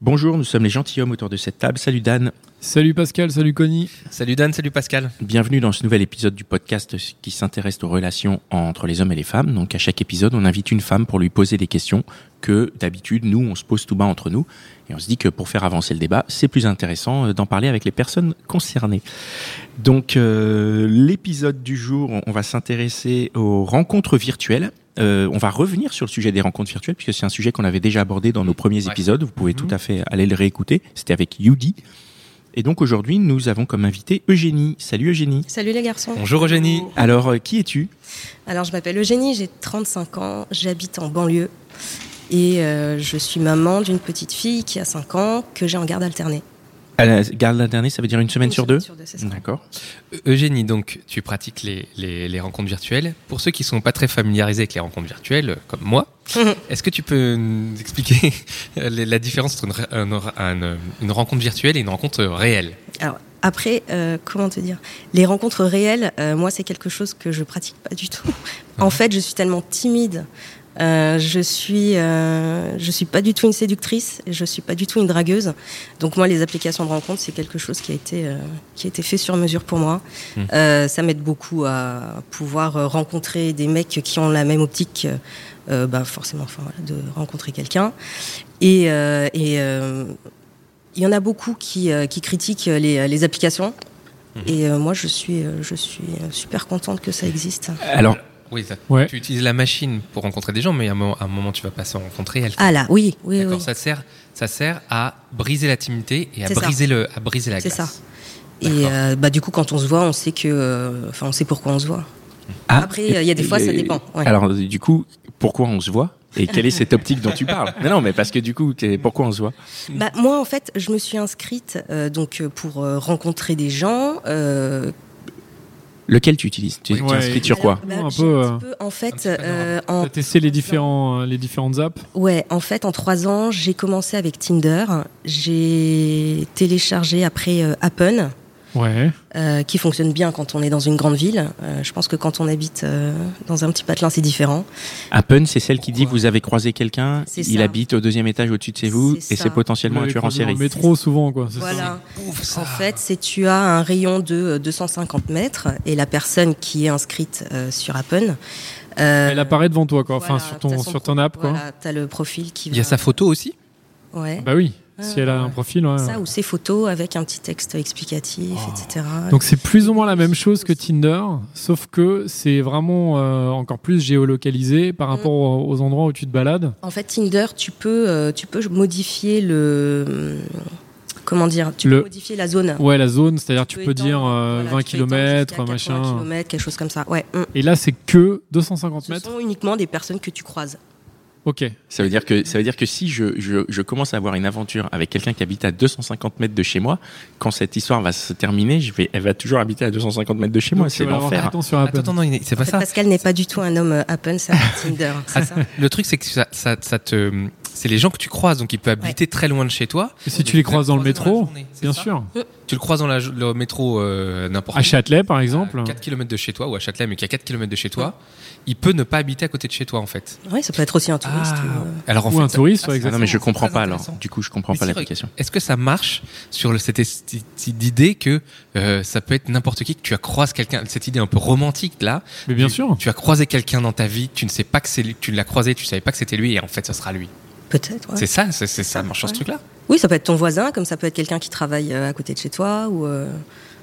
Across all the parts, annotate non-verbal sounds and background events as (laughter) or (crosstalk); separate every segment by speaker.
Speaker 1: Bonjour, nous sommes les gentilshommes autour de cette table. Salut Dan.
Speaker 2: Salut Pascal, salut Connie.
Speaker 3: Salut Dan, salut Pascal.
Speaker 1: Bienvenue dans ce nouvel épisode du podcast qui s'intéresse aux relations entre les hommes et les femmes. Donc à chaque épisode, on invite une femme pour lui poser des questions que d'habitude, nous, on se pose tout bas entre nous. Et on se dit que pour faire avancer le débat, c'est plus intéressant euh, d'en parler avec les personnes concernées. Donc euh, l'épisode du jour, on va s'intéresser aux rencontres virtuelles. Euh, on va revenir sur le sujet des rencontres virtuelles puisque c'est un sujet qu'on avait déjà abordé dans nos premiers
Speaker 3: Ouais.
Speaker 1: épisodes. Vous pouvez tout à fait aller le réécouter. C'était avec Yudi. Et donc aujourd'hui, nous avons comme invité Eugénie. Salut Eugénie.
Speaker 4: Salut les garçons.
Speaker 3: Bonjour Eugénie.
Speaker 1: Alors, euh, qui es-tu
Speaker 4: Alors je m'appelle Eugénie, j'ai 35 ans, j'habite en banlieue et euh, je suis maman d'une petite fille qui a 5 ans que j'ai en garde alternée.
Speaker 1: À la Euh, garde la dernière, ça veut dire une semaine
Speaker 4: Une
Speaker 1: sur
Speaker 4: semaine
Speaker 1: deux
Speaker 4: sur deux, c'est ça.
Speaker 1: D'accord.
Speaker 3: Euh, Eugénie, donc tu pratiques les, les- les rencontres virtuelles. Pour ceux qui ne sont pas très familiarisés avec les rencontres virtuelles, euh, comme
Speaker 4: (laughs)
Speaker 3: moi, est-ce que tu peux nous expliquer euh, les- la différence entre une, ré- un- un- euh, une rencontre virtuelle et une rencontre euh, réelle
Speaker 4: Alors après, euh, comment te dire Les rencontres réelles, euh, moi c'est quelque chose que je pratique pas du tout. en fait, je suis tellement timide. euh, je suis, euh, je suis pas du tout une séductrice, et je suis pas du tout une dragueuse. Donc moi, les applications de rencontres, c'est quelque chose qui a été, euh, qui a été fait sur mesure pour moi.
Speaker 3: Mhm.
Speaker 4: Euh, ça m'aide beaucoup à pouvoir euh, rencontrer des mecs qui ont la même optique, euh, euh, bah forcément, enfin, voilà, de rencontrer quelqu'un. Et, euh, et euh, il y en a beaucoup qui, euh, qui critiquent euh, les, les applications.
Speaker 3: Mhm.
Speaker 4: Et euh, moi, je suis, euh, je suis euh, super contente que ça existe.
Speaker 1: Alors,
Speaker 3: Oui, ça-
Speaker 2: Ouais.
Speaker 3: tu utilises la machine pour rencontrer des gens, mais à un moment, à un moment, tu vas pas s'en rencontrer. Elle,
Speaker 4: Ah là, oui, oui,
Speaker 3: D'accord,
Speaker 4: oui.
Speaker 3: ça te sert, ça sert à briser la timidité et à
Speaker 4: C'est ça.
Speaker 3: briser le, à briser la
Speaker 4: C'est
Speaker 3: glace.
Speaker 4: ça. Et
Speaker 3: D'accord.
Speaker 4: euh, bah, du coup, quand on se voit, on sait que, euh, enfin, on sait pourquoi on se voit.
Speaker 1: ah,
Speaker 4: Après, euh, il y a des fois, ça dépend, ouais.
Speaker 1: Alors, euh, du coup, pourquoi on se voit et quelle est cette optique dont tu parles Non, non, mais parce que du coup, t'es- pourquoi on se voit
Speaker 3: Mhm.
Speaker 4: Bah, moi, en fait, je me suis inscrite euh, donc euh, pour euh, rencontrer des gens. euh,
Speaker 1: Lequel tu utilises Tu tu
Speaker 2: Ouais,
Speaker 1: inscris sur quoi
Speaker 4: bah,
Speaker 2: Un
Speaker 4: j'ai
Speaker 2: peu,
Speaker 4: un
Speaker 2: euh,
Speaker 4: petit peu, en
Speaker 3: un
Speaker 4: fait,
Speaker 3: petit panorama.
Speaker 4: euh, en
Speaker 2: T'as testé les, différents, euh, les différentes apps
Speaker 4: Ouais, en fait, en trois ans, j'ai commencé avec Tinder. J'ai téléchargé après euh, Happen,
Speaker 2: Ouais.
Speaker 4: euh, qui fonctionne bien quand on est dans une grande ville. Euh, je pense que quand on habite euh, dans un petit patelin, c'est différent.
Speaker 1: Appen, c'est celle qui dit
Speaker 3: Pourquoi
Speaker 1: vous avez croisé quelqu'un,
Speaker 4: C'est
Speaker 1: il
Speaker 4: ça.
Speaker 1: habite au deuxième étage au-dessus de chez vous
Speaker 4: C'est
Speaker 1: et
Speaker 4: ça.
Speaker 1: c'est potentiellement un
Speaker 2: Vous
Speaker 1: tueur en
Speaker 2: l'avez croisé
Speaker 1: série.
Speaker 2: dans le métro souvent, quoi. c'est ça.
Speaker 4: Voilà.
Speaker 3: Ouf, Oh, ça.
Speaker 4: En fait, c'est tu as un rayon de euh, 250 mètres et la personne qui est inscrite euh, sur Happen. euh,
Speaker 2: Elle apparaît devant toi, quoi.
Speaker 4: voilà,
Speaker 2: enfin, sur ton,
Speaker 4: t'as son
Speaker 2: sur
Speaker 4: pro-
Speaker 2: ton app, quoi.
Speaker 4: Voilà, t'as le profil qui va.
Speaker 3: il y a sa photo aussi.
Speaker 4: Ouais.
Speaker 2: Bah oui,
Speaker 4: Ouais,
Speaker 2: si elle a
Speaker 4: ouais,
Speaker 2: un
Speaker 4: ouais.
Speaker 2: profil. ouais.
Speaker 4: Ça ou ses photos avec un petit texte explicatif, etc.
Speaker 2: Oh. Donc c'est plus ou moins la même chose que
Speaker 4: Mmh.
Speaker 2: Tinder, sauf que c'est vraiment euh, encore plus géolocalisé
Speaker 4: Mmh.
Speaker 2: par rapport aux, aux endroits où tu te balades.
Speaker 4: En fait, Tinder, tu peux, euh, tu peux modifier le. Comment dire Tu
Speaker 2: Le-
Speaker 4: peux modifier la zone.
Speaker 2: Ouais, la zone, c'est-à-dire tu peux,
Speaker 4: étendre,
Speaker 2: dire euh,
Speaker 4: voilà,
Speaker 2: 20
Speaker 4: tu peux étendre
Speaker 2: km,
Speaker 4: jusqu'à 80
Speaker 2: machin.
Speaker 4: km, quelque chose comme ça. Ouais. mm.
Speaker 2: Et là, c'est que 250
Speaker 4: Ce
Speaker 2: mètres.
Speaker 4: sont uniquement des personnes que tu croises.
Speaker 2: Ok.
Speaker 1: Ça veut dire que ça veut dire que si je, je, je commence à avoir une aventure avec quelqu'un qui habite à 250 mètres de chez moi, quand cette histoire va se terminer, je vais, elle va toujours habiter à 250 mètres de chez moi.
Speaker 2: Donc, tu
Speaker 1: C'est
Speaker 2: vas l'avoir tout
Speaker 1: l'enfer. hein.
Speaker 2: le temps sur Apple.
Speaker 3: Attends, non, non, c'est pas
Speaker 2: Bah,
Speaker 4: En fait,
Speaker 3: ça.
Speaker 4: Pascal n'est pas du tout un homme euh, Happen, c'est un
Speaker 2: Ah,
Speaker 4: Tinder. C'est
Speaker 2: (laughs)
Speaker 4: ça
Speaker 3: Le truc, c'est que ça, ça- ça te, c'est les gens que tu croises, donc il peut habiter très loin de chez toi.
Speaker 2: Et si tu les croises dans le
Speaker 3: dans la
Speaker 2: métro,
Speaker 3: journée, c'est
Speaker 2: bien
Speaker 3: ça
Speaker 2: sûr.
Speaker 4: Mmh.
Speaker 3: Tu le croises dans la- le métro euh, n'importe
Speaker 2: À Châtelet, par exemple.
Speaker 1: Ah,
Speaker 3: 4 km de chez toi, ou à Châtelet, mais qui est à 4 km de chez toi, il peut ne pas habiter à côté de chez toi, en fait. Ah.
Speaker 4: Oui, ça peut être aussi un touriste. ou, euh,
Speaker 3: Alors, en
Speaker 2: Ou
Speaker 3: fait,
Speaker 2: un
Speaker 3: ça-
Speaker 2: touriste,
Speaker 3: ah,
Speaker 2: ouais,
Speaker 3: c'est-
Speaker 1: Ah non mais je
Speaker 3: c'est
Speaker 1: comprends
Speaker 3: très
Speaker 1: pas alors.
Speaker 3: intéressant.
Speaker 1: Du coup je comprends
Speaker 3: Mais
Speaker 1: pas
Speaker 3: si,
Speaker 1: l'application.
Speaker 3: Est-ce que ça marche sur le- cette esti- cette idée que euh, ça peut être n'importe qui, que tu as croisé quelqu'un, cette idée un peu romantique là
Speaker 2: Mais bien
Speaker 3: tu,
Speaker 2: sûr.
Speaker 3: Tu as croisé quelqu'un dans ta vie, tu ne sais pas que c'est lui, tu l'as croisé, tu savais pas que c'était lui, et en fait, ça sera lui.
Speaker 4: Peut-être. ouais.
Speaker 3: C'est ça, c'est c'est- ça marche sur ce
Speaker 4: Ouais.
Speaker 3: truc-là.
Speaker 4: Oui, ça peut être ton voisin, comme ça peut être quelqu'un qui travaille euh, à côté de chez toi. Ou, euh,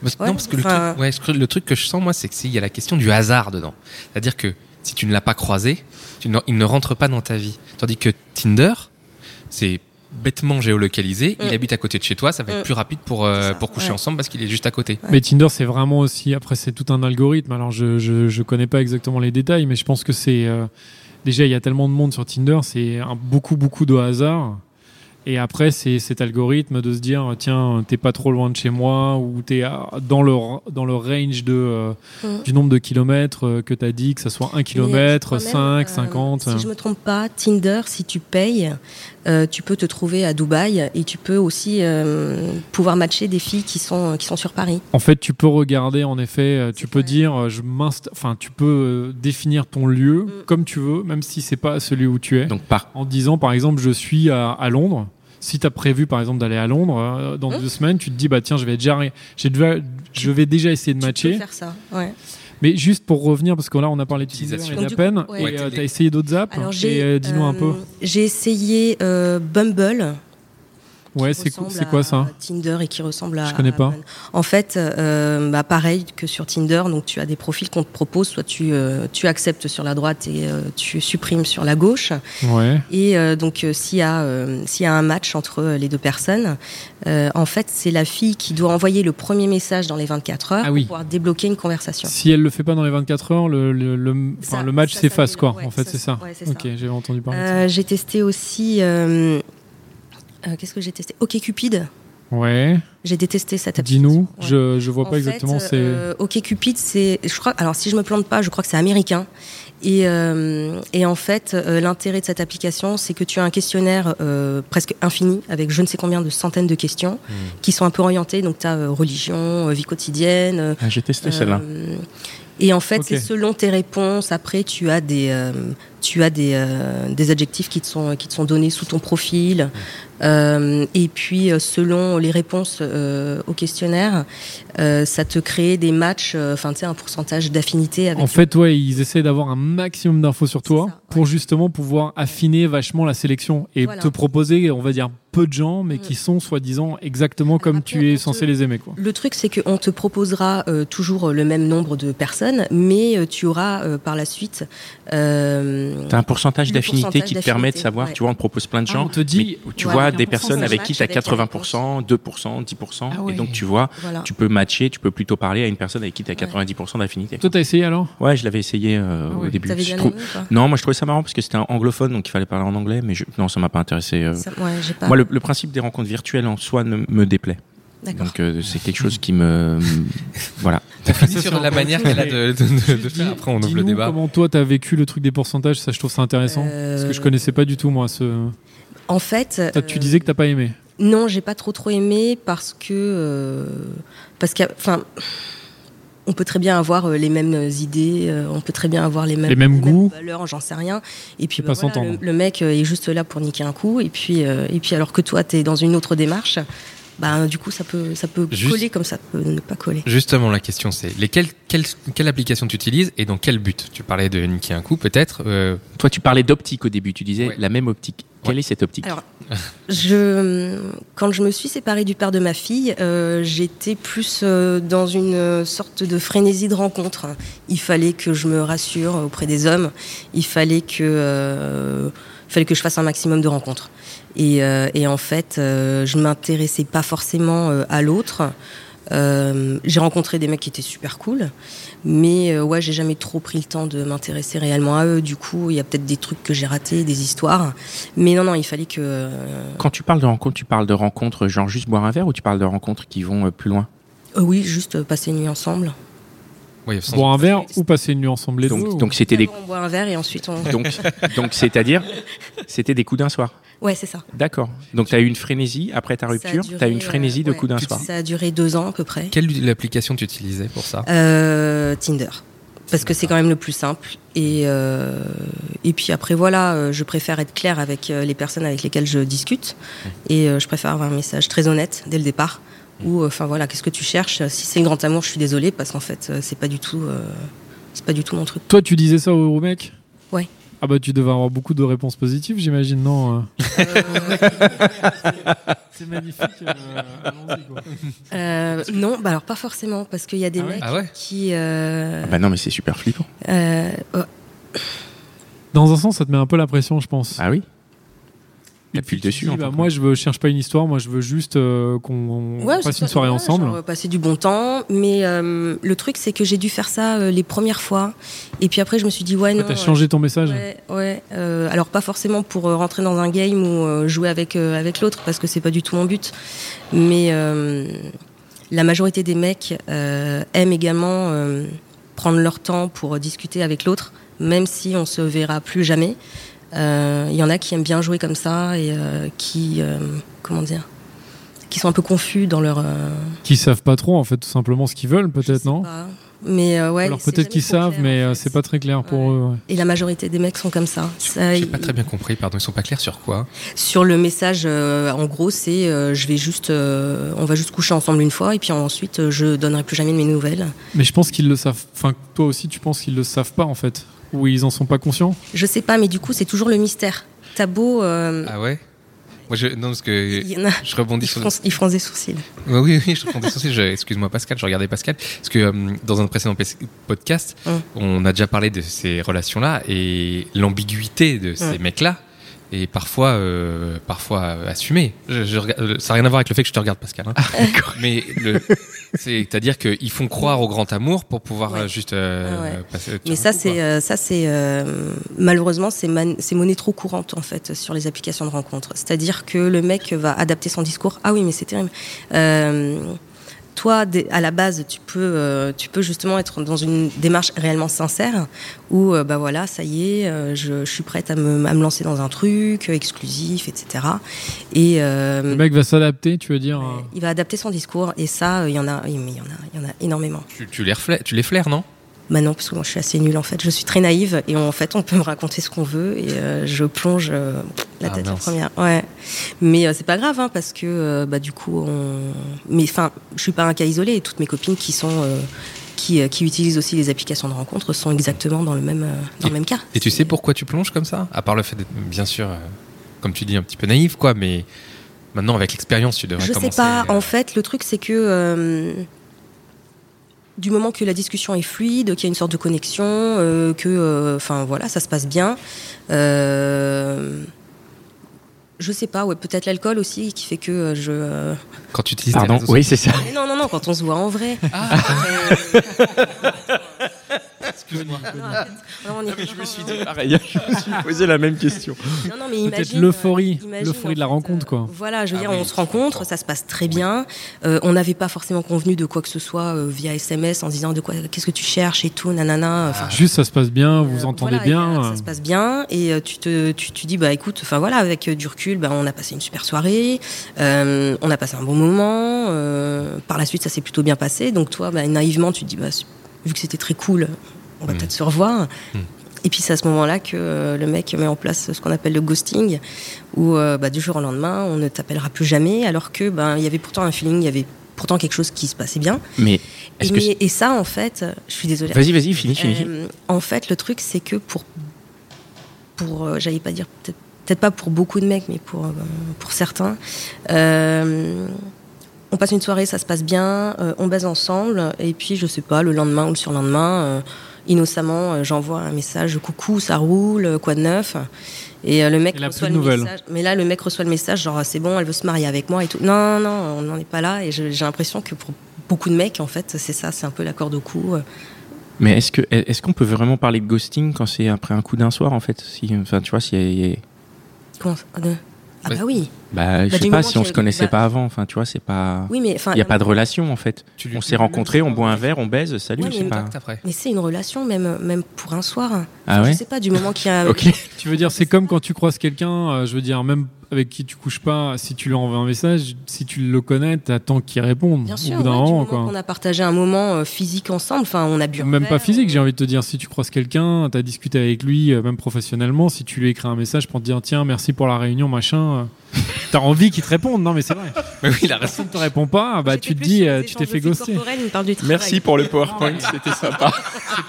Speaker 3: Parce-
Speaker 4: Ouais,
Speaker 3: non, parce que le,
Speaker 4: enfin-
Speaker 3: truc, ouais, ce que- le truc que je sens, moi, c'est qu'il y a la question du hasard dedans. C'est-à-dire que si tu ne l'as pas croisé, tu ne- il ne rentre pas dans ta vie. Tandis que Tinder, c'est bêtement géolocalisé, il
Speaker 4: Mm.
Speaker 3: habite à côté de chez toi, ça va être
Speaker 4: Mm.
Speaker 3: plus rapide pour, euh,
Speaker 4: C'est ça,
Speaker 3: pour coucher
Speaker 4: ouais.
Speaker 3: ensemble parce qu'il est juste à côté.
Speaker 2: Mais Tinder, c'est vraiment aussi. Après, c'est tout un algorithme. Alors, je je, je connais pas exactement les détails, mais je pense que c'est euh, déjà, il y a tellement de monde sur Tinder, c'est un- beaucoup, beaucoup de hasard. Et après, c'est cet algorithme de se dire, tiens, t'es pas trop loin de chez moi, ou t'es à- dans le, dans le range de, euh,
Speaker 4: Mm.
Speaker 2: du nombre de kilomètres euh, que t'as dit, que ça soit 1
Speaker 4: Mais
Speaker 2: km,
Speaker 4: je
Speaker 2: 5,
Speaker 4: crois même, euh,
Speaker 2: 50.
Speaker 4: Si je me trompe pas, Tinder, si tu payes, euh, tu peux te trouver à Dubaï et tu peux aussi euh, pouvoir matcher des filles qui sont, qui sont sur Paris.
Speaker 2: En fait, tu peux regarder, en effet, euh, tu
Speaker 4: C'est
Speaker 2: peux
Speaker 4: vrai.
Speaker 2: dire, euh, je m'insta- enfin, tu peux euh, définir ton
Speaker 4: Mm.
Speaker 2: lieu comme tu veux, même si c'est pas celui où tu es.
Speaker 1: Donc, par.
Speaker 2: en disant par exemple je suis à, à Londres. Si tu as prévu par exemple d'aller à Londres euh, dans
Speaker 4: Hein
Speaker 2: deux semaines, tu te dis bah tiens je vais déjà, j'ai déjà- je vais déjà essayer de
Speaker 4: Tu peux
Speaker 2: matcher.
Speaker 4: faire ça. ouais.
Speaker 2: Mais juste pour revenir parce que là on a parlé de Tinder
Speaker 5: Utilisation.
Speaker 2: et
Speaker 4: Donc,
Speaker 2: d'Appen
Speaker 4: du
Speaker 2: peine
Speaker 4: coup,
Speaker 2: et
Speaker 4: ouais.
Speaker 2: euh, t'as essayé d'autres apps
Speaker 4: Alors
Speaker 2: et
Speaker 4: j'ai,
Speaker 2: euh, dis-nous un peu.
Speaker 4: euh, J'ai essayé euh, Bumble. qui
Speaker 2: Ouais c'est quoi,
Speaker 4: ressemble
Speaker 2: c'est quoi
Speaker 4: à
Speaker 2: ça
Speaker 4: Tinder et qui ressemble à.
Speaker 2: Je connais pas.
Speaker 4: à- En fait, euh, bah, pareil que sur Tinder, donc tu as des profils qu'on te propose, soit tu, euh, tu acceptes sur la droite et euh, tu supprimes sur la gauche.
Speaker 2: Ouais.
Speaker 4: Et euh, donc euh, s'il y, a, euh, s'il y a un match entre euh, les deux personnes, euh, en fait c'est la fille qui doit envoyer le premier message dans les 24 heures
Speaker 2: Ah oui.
Speaker 4: pour pouvoir débloquer une conversation.
Speaker 2: Si elle le fait pas dans les 24 heures, le, le, le, enfin,
Speaker 4: Ça-
Speaker 2: le match
Speaker 4: ça
Speaker 2: s'efface
Speaker 4: s'annule,
Speaker 2: quoi.
Speaker 4: ouais,
Speaker 2: en fait
Speaker 4: ça
Speaker 2: c'est
Speaker 4: se-
Speaker 2: ça.
Speaker 4: ouais, c'est ça.
Speaker 2: ok j'avais entendu parler.
Speaker 4: Euh, j'ai testé aussi... euh, euh, Qu'est-ce que j'ai testé Ok Cupid.
Speaker 2: de ça. Ouais.
Speaker 4: J'ai détesté cette application.
Speaker 2: Dis-nous.
Speaker 4: Ouais.
Speaker 2: Je je vois
Speaker 4: En
Speaker 2: pas exactement.
Speaker 4: fait,
Speaker 2: C'est
Speaker 4: euh, OK Cupid, c'est, je crois, alors si je me plante pas, je crois que c'est américain. Et, euh, et en fait, euh, l'intérêt de cette application, c'est que tu as un questionnaire euh, presque infini, avec je ne sais combien de centaines de questions, qui sont un peu orientées. Donc, tu as religion, euh, vie quotidienne. euh,
Speaker 1: Ah, j'ai testé celle-là.
Speaker 4: euh, et en fait,
Speaker 2: Ok.
Speaker 4: c'est selon tes réponses. Après, tu as des, euh, tu as des, euh, des adjectifs qui te sont qui te sont donnés sous ton profil. Euh, et puis, euh, selon les réponses euh, au questionnaire, euh, ça te crée des matchs. euh, Enfin, tu sais, un pourcentage d'affinité avec.
Speaker 2: En fait, ouais, ils essaient d'avoir un maximum d'infos sur toi
Speaker 4: ça, ouais.
Speaker 2: pour justement pouvoir affiner vachement la sélection et
Speaker 4: Voilà. Mm.
Speaker 2: te proposer, on va dire, peu de gens, mais qui sont soi-disant exactement comme
Speaker 4: après,
Speaker 2: tu es
Speaker 4: on
Speaker 2: censé
Speaker 4: te-
Speaker 2: les aimer. Quoi.
Speaker 4: Le truc, c'est qu'on te proposera euh, toujours le même nombre de personnes, mais euh, tu auras euh, par la suite. euh,
Speaker 1: T'as un pourcentage
Speaker 4: Le
Speaker 1: d'affinité
Speaker 4: pourcentage
Speaker 1: qui te permet de
Speaker 4: d'affinité,
Speaker 1: savoir,
Speaker 4: ouais.
Speaker 1: tu vois, on te propose plein de
Speaker 2: Ah,
Speaker 1: gens.
Speaker 2: on te dit-
Speaker 1: mais tu
Speaker 4: Ouais,
Speaker 1: vois
Speaker 4: avec
Speaker 1: des
Speaker 4: un
Speaker 1: personnes
Speaker 4: pourcentage
Speaker 1: avec qui tu as
Speaker 4: avec la
Speaker 1: 80%, 2%, 10%.
Speaker 2: Ah ouais.
Speaker 1: Et donc, tu vois,
Speaker 4: voilà.
Speaker 1: tu peux matcher, tu peux plutôt parler à une personne avec qui tu as 90% d'affinité.
Speaker 2: Toi, t'as essayé alors
Speaker 1: Ouais, je l'avais essayé euh,
Speaker 2: Ah
Speaker 1: au
Speaker 2: ouais.
Speaker 1: début.
Speaker 4: T'avais
Speaker 1: Je
Speaker 4: bien
Speaker 1: trouve-
Speaker 4: aimé ou pas
Speaker 1: Non, moi je trouvais ça marrant parce que c'était un anglophone, donc il fallait parler en anglais, mais je... non, ça m'a pas intéressé. euh.
Speaker 4: Ça- ouais, j'ai pas.
Speaker 1: Moi, le, le principe des rencontres virtuelles en soi ne me déplaît.
Speaker 4: D'accord.
Speaker 1: Donc euh, c'est quelque chose qui me... (laughs) voilà.
Speaker 5: Fini
Speaker 2: Ça,
Speaker 5: sur
Speaker 2: c'est
Speaker 5: la
Speaker 2: encore
Speaker 5: manière
Speaker 2: autre chose,
Speaker 5: qu'elle a de, (laughs) de- de- de faire. Après, on ouvre
Speaker 2: Dis-nous
Speaker 5: le débat.
Speaker 2: Comment toi, t'as vécu le truc des pourcentages Ça, je trouve ça intéressant.
Speaker 4: Euh,
Speaker 2: Parce que je connaissais pas du tout, moi. Ce...
Speaker 4: En fait,
Speaker 2: Toi, tu
Speaker 4: euh,
Speaker 2: disais que t'as pas aimé.
Speaker 4: Non, j'ai pas trop trop aimé parce que euh, parce que enfin on peut très bien avoir euh, les mêmes idées, euh, on peut très bien avoir les mêmes,
Speaker 2: Les mêmes goûts.
Speaker 4: valeurs, j'en sais rien. Et puis bah
Speaker 2: Faut pas
Speaker 4: voilà,
Speaker 2: s'entendre.
Speaker 4: le, le mec euh, est juste là pour niquer un coup et puis euh, et puis alors que toi tu es dans une autre démarche, bah du coup ça peut ça peut
Speaker 5: Juste-
Speaker 4: coller comme ça peut ne pas coller.
Speaker 5: Justement, la question c'est lesquelles, quelle, quelle application tu utilises et dans quel but Tu parlais de niquer un coup, peut-être. euh,
Speaker 1: Toi, tu parlais d'optique au début, tu disais
Speaker 5: Ouais.
Speaker 1: la même optique. Quelle est cette optique
Speaker 4: Alors, je, quand je me suis séparée du père de ma fille, euh, j'étais plus euh, dans une sorte de frénésie de rencontre. Il fallait que je me rassure auprès des hommes. Il fallait que, euh, fallait que je fasse un maximum de rencontres. Et, euh, et en fait, euh, je m'intéressais pas forcément euh, à l'autre. Euh, j'ai rencontré des mecs qui étaient super cool, mais euh, ouais, j'ai jamais trop pris le temps de m'intéresser réellement à eux. Du coup, il y a peut-être des trucs que j'ai ratés, des histoires. Mais non, non, il fallait que. euh,
Speaker 1: Quand tu parles de rencontres, tu parles de rencontres genre juste boire un verre ou tu parles de rencontres qui vont euh, plus loin
Speaker 4: euh, oui, juste euh, passer une nuit ensemble.
Speaker 5: ouais, sans-
Speaker 2: Boire un verre ou passer une nuit ensemble les deux
Speaker 1: Donc
Speaker 2: ou-
Speaker 1: donc
Speaker 4: (laughs)
Speaker 1: c'était des
Speaker 4: D'abord, On boit un verre et ensuite on.
Speaker 1: donc donc c'est-à-dire c'était des coups d'un soir.
Speaker 4: Ouais, c'est ça.
Speaker 1: D'accord. Donc tu as eu une frénésie après ta
Speaker 4: Ça a
Speaker 1: rupture,
Speaker 4: duré,
Speaker 1: tu as eu une frénésie de
Speaker 4: euh,
Speaker 1: coups d'un
Speaker 4: ouais,
Speaker 1: soir.
Speaker 4: Ça a duré deux ans à peu près.
Speaker 5: Quelle application tu utilisais pour ça
Speaker 4: Euh, Tinder. Parce que c'est quand même le plus simple. Et, euh, et puis après, voilà, euh, je préfère être claire avec euh, les personnes avec lesquelles je discute. Et euh, je préfère avoir un message très honnête dès le départ. Ou, enfin voilà, qu'est-ce que tu cherches Si c'est le grand amour, je suis désolée parce qu'en fait, euh, c'est pas du tout. euh, c'est pas du tout mon truc.
Speaker 2: Toi, tu disais ça au mec
Speaker 4: Ouais.
Speaker 2: Ah bah tu devais avoir beaucoup de réponses positives, j'imagine, non euh (laughs) C'est magnifique.
Speaker 4: Euh, non, bah alors pas forcément, parce qu'il y a des
Speaker 2: Ah ouais
Speaker 4: mecs
Speaker 5: Ah ouais
Speaker 4: qui. euh,
Speaker 1: Ah Bah non, mais c'est super flippant.
Speaker 4: euh, oh,
Speaker 2: Dans un sens, ça te met un peu la pression, je pense.
Speaker 1: Ah oui T'appuies
Speaker 2: puis tu
Speaker 1: Ah, dessus.
Speaker 2: dis,
Speaker 1: en
Speaker 2: bah,
Speaker 1: fait.
Speaker 2: moi, je veux, cherche pas une histoire, moi, je veux juste euh, qu'on
Speaker 4: Ouais,
Speaker 2: passe
Speaker 4: c'est ça,
Speaker 2: une soirée
Speaker 4: ouais,
Speaker 2: ensemble.
Speaker 4: genre, euh, passer du bon temps, mais euh, le truc c'est que j'ai dû faire ça euh, les premières fois, et puis après je me suis dit ouais
Speaker 2: Toi,
Speaker 4: non.
Speaker 2: T'as
Speaker 4: euh,
Speaker 2: changé ton message
Speaker 4: Ouais, ouais. euh, alors pas forcément pour euh, rentrer dans un game ou euh, jouer avec euh, avec l'autre parce que c'est pas du tout mon but, mais euh, la majorité des mecs euh, aiment également euh, prendre leur temps pour euh, discuter avec l'autre, même si on se verra plus jamais. Euh, Il y en a qui aiment bien jouer comme ça et euh, qui euh, comment dire, qui sont un peu confus dans leur. euh,
Speaker 2: Qui savent pas trop, en fait, tout simplement ce qu'ils veulent,
Speaker 4: je
Speaker 2: peut-être,
Speaker 4: sais
Speaker 2: non
Speaker 4: pas. Mais euh, ouais.
Speaker 2: Alors
Speaker 4: c'est
Speaker 2: peut-être
Speaker 4: jamais
Speaker 2: qu'ils
Speaker 4: trop
Speaker 2: savent,
Speaker 4: clair,
Speaker 2: mais
Speaker 4: en
Speaker 2: euh,
Speaker 4: fait.
Speaker 2: c'est pas très clair pour
Speaker 4: Ouais.
Speaker 2: eux. ouais.
Speaker 4: Et la majorité des mecs sont comme ça. ça
Speaker 5: J'ai pas
Speaker 4: ils-
Speaker 5: très bien compris, pardon, ils sont pas clairs sur quoi.
Speaker 4: Sur le message, euh, en gros, c'est euh, je vais juste, euh, on va juste coucher ensemble une fois et puis ensuite euh, je donnerai plus jamais de mes nouvelles.
Speaker 2: Mais je pense qu'ils le savent. Enfin, toi aussi, tu penses qu'ils le savent pas, en fait. Ou ils en sont pas conscients
Speaker 4: Je sais pas, mais du coup, c'est toujours le mystère. T'as beau, euh,
Speaker 5: Ah ouais Moi, je, non, parce que
Speaker 4: il y en a,
Speaker 5: je rebondis
Speaker 4: ils
Speaker 5: sur.
Speaker 4: froncent, ils froncent des sourcils.
Speaker 5: Ouais, Oui, oui, je rebondis sur. je- Excuse-moi, Pascal, je regardais Pascal. Parce que euh, dans un précédent pes- podcast,
Speaker 4: Mm.
Speaker 5: on a déjà parlé de ces relations-là et l'ambiguïté
Speaker 4: Mm.
Speaker 5: de ces mecs-là est parfois, euh, parfois euh, assumée. Je- je regarde- euh, ça n'a rien à voir avec le fait que je te regarde, Pascal.
Speaker 4: Ah,
Speaker 5: hein. Mais le- c'est-à-dire qu'ils font croire au grand amour pour pouvoir
Speaker 4: Ouais.
Speaker 5: euh, juste euh,
Speaker 4: Ah ouais.
Speaker 5: passer.
Speaker 4: Mais ça, c'est, euh, ça, c'est euh, malheureusement, c'est, man- c'est monnaie trop courante en fait sur les applications de rencontres. C'est-à-dire que le mec va adapter son discours. Ah oui, mais c'est terrible. Euh, toi, dès- à la base, tu peux, euh, tu peux justement être dans une démarche réellement sincère où, euh, bah voilà, ça y est, euh, je, je suis prête à me, à me lancer dans un truc euh, exclusif, etc. Et euh,
Speaker 2: Le mec va s'adapter, tu veux dire
Speaker 4: euh,
Speaker 2: hein.
Speaker 4: il va adapter son discours. Et ça, euh, il y en a, il mais il y en a, il y en a énormément.
Speaker 5: Tu, tu les reflè- tu les flaires, non
Speaker 4: Bah non, parce que moi je suis assez nulle en fait. Je suis très naïve et en fait on peut me raconter ce qu'on veut et euh, je plonge euh, la
Speaker 5: Ah,
Speaker 4: tête la
Speaker 5: mince.
Speaker 4: première. Ouais. Mais euh, c'est pas grave hein, parce que euh, bah du coup on. Mais enfin, je suis pas un cas isolé. Toutes mes copines qui sont euh, qui, euh, qui utilisent aussi les applications de rencontre sont exactement dans le même euh, dans le même cas.
Speaker 5: Et tu sais pourquoi tu plonges comme ça À part le fait d'être, bien sûr, euh, comme tu dis, un petit peu naïf, quoi, mais maintenant, avec l'expérience, tu devrais
Speaker 4: Je sais
Speaker 5: commencer.
Speaker 4: pas.
Speaker 5: euh,
Speaker 4: En fait, le truc, c'est que euh, du moment que la discussion est fluide, qu'il y a une sorte de connexion, euh, que, euh, enfin voilà, ça se passe bien. euh, je sais pas. Ouais, peut-être l'alcool aussi qui fait que euh, je. euh,
Speaker 5: Quand tu utilises tes
Speaker 1: Pardon,
Speaker 5: réseaux
Speaker 1: oui, c'est ça.
Speaker 4: mais non, non, non. Quand on se voit en vrai. Euh, non, arrête. Non, on est-
Speaker 1: Pareil, je me suis posé la même question.
Speaker 2: (laughs)
Speaker 4: Non, non, mais
Speaker 2: Peut-être
Speaker 4: imagine,
Speaker 2: l'euphorie,
Speaker 4: euh, imagine,
Speaker 2: l'euphorie de la
Speaker 4: en
Speaker 2: rencontre, quoi.
Speaker 4: Voilà, je veux
Speaker 5: Ah
Speaker 4: dire,
Speaker 5: oui,
Speaker 4: on se
Speaker 5: je
Speaker 4: rencontre,
Speaker 5: comprends.
Speaker 4: ça se passe très bien. Euh, on n'avait pas forcément convenu de quoi que ce soit euh, via SMS en disant de quoi, qu'est-ce que tu cherches et tout, nanana. euh, Enfin,
Speaker 2: Juste, ça se passe bien, vous
Speaker 4: Ah. euh,
Speaker 2: vous entendez
Speaker 4: voilà, et, euh,
Speaker 2: bien.
Speaker 4: Ça se passe bien et euh, tu te tu, tu dis bah écoute, enfin voilà, avec euh, du recul, bah, on a passé une super soirée, euh, on a passé un bon moment. euh, par la suite, ça s'est plutôt bien passé. Donc toi, bah, naïvement, tu te dis bah c'est- vu que c'était très cool, on
Speaker 1: Hmm.
Speaker 4: va
Speaker 5: Mm.
Speaker 4: peut-être se revoir.
Speaker 5: Mm.
Speaker 4: Et puis c'est à ce moment-là que euh, le mec met en place ce qu'on appelle le ghosting, où euh, bah, du jour au lendemain, on ne t'appellera plus jamais, alors que ben il y avait pourtant un feeling, il y avait pourtant quelque chose qui se passait bien.
Speaker 1: Mais
Speaker 4: Et,
Speaker 1: est-ce que.
Speaker 4: mais- et ça, en fait, je suis désolée.
Speaker 1: Vas-y, vas-y, finis, finis.
Speaker 4: Euh, en fait, le truc, c'est que pour, pour euh, j'allais pas dire, peut-être peut-être pas pour beaucoup de mecs, mais pour, euh, pour certains, euh, on passe une soirée, ça se passe bien, euh, on baise ensemble, et puis, je sais pas, le lendemain ou le surlendemain, euh, innocemment, euh, j'envoie un message, coucou, ça roule, euh, quoi de neuf et euh, le mec
Speaker 2: Elle a
Speaker 4: reçoit
Speaker 2: plus
Speaker 4: le
Speaker 2: de nouvelles.
Speaker 4: message. Mais là, le mec reçoit le message, genre, Ah, c'est bon, elle veut se marier avec moi et tout. Non, non, non, on n'en est pas là. Et je- j'ai l'impression que pour beaucoup de mecs, en fait, c'est ça, c'est un peu la corde au cou. euh,
Speaker 1: Mais est-ce que est-ce qu'on peut vraiment parler de ghosting quand c'est après un coup d'un soir en fait si enfin tu vois si
Speaker 4: Comment ça Ah, de- Ah
Speaker 5: Bah,
Speaker 4: bah oui,
Speaker 1: bah, je
Speaker 4: Bah,
Speaker 1: sais
Speaker 4: du
Speaker 1: pas
Speaker 4: moment
Speaker 1: si on
Speaker 4: qu'il y
Speaker 1: se
Speaker 4: a-
Speaker 1: connaissait
Speaker 4: bah-
Speaker 1: pas avant enfin tu vois c'est pas il
Speaker 4: oui mais enfin.
Speaker 1: y a pas de relation en fait.
Speaker 5: Tu lui-
Speaker 1: On s'est rencontrés, on boit un verre, on baise, salut,
Speaker 4: Ouais,
Speaker 1: je
Speaker 4: mais
Speaker 1: sais
Speaker 4: une
Speaker 1: pas.
Speaker 5: contacts après.
Speaker 4: Mais c'est une relation même même pour un soir.
Speaker 1: Ah ouais.
Speaker 4: Je sais pas du moment qu'il y a.
Speaker 1: (laughs) OK.
Speaker 2: Tu veux dire, c'est comme quand tu croises quelqu'un, euh, je veux dire, même avec qui tu couches pas, si tu lui envoies un message, si tu le connais, t'attends qu'il réponde.
Speaker 4: Bien
Speaker 2: au
Speaker 4: sûr.
Speaker 2: bout d'un
Speaker 4: ouais, du
Speaker 2: moment,
Speaker 4: moment
Speaker 2: quoi.
Speaker 4: qu'on a partagé un moment euh, physique ensemble. Enfin, on a bu. un
Speaker 2: Même pas
Speaker 4: verre, euh,
Speaker 2: physique,
Speaker 4: on-
Speaker 2: j'ai envie de te dire. Si tu croises quelqu'un, t'as discuté avec lui, euh, même professionnellement, si tu lui écris un message pour te dire tiens, merci pour la réunion, machin, euh, t'as envie qu'il te réponde. Non, (laughs) mais c'est vrai.
Speaker 5: Mais oui, il a raison.
Speaker 2: Personne ne te répond pas, bah
Speaker 4: J'étais
Speaker 2: tu te
Speaker 4: plus
Speaker 2: dis,
Speaker 4: sur
Speaker 2: euh,
Speaker 4: les
Speaker 2: tu t'es
Speaker 4: échanges
Speaker 2: fait
Speaker 4: de flux
Speaker 2: ghoster.
Speaker 4: corporels, il me parle du travail.
Speaker 1: Merci pour le PowerPoint, c'était sympa.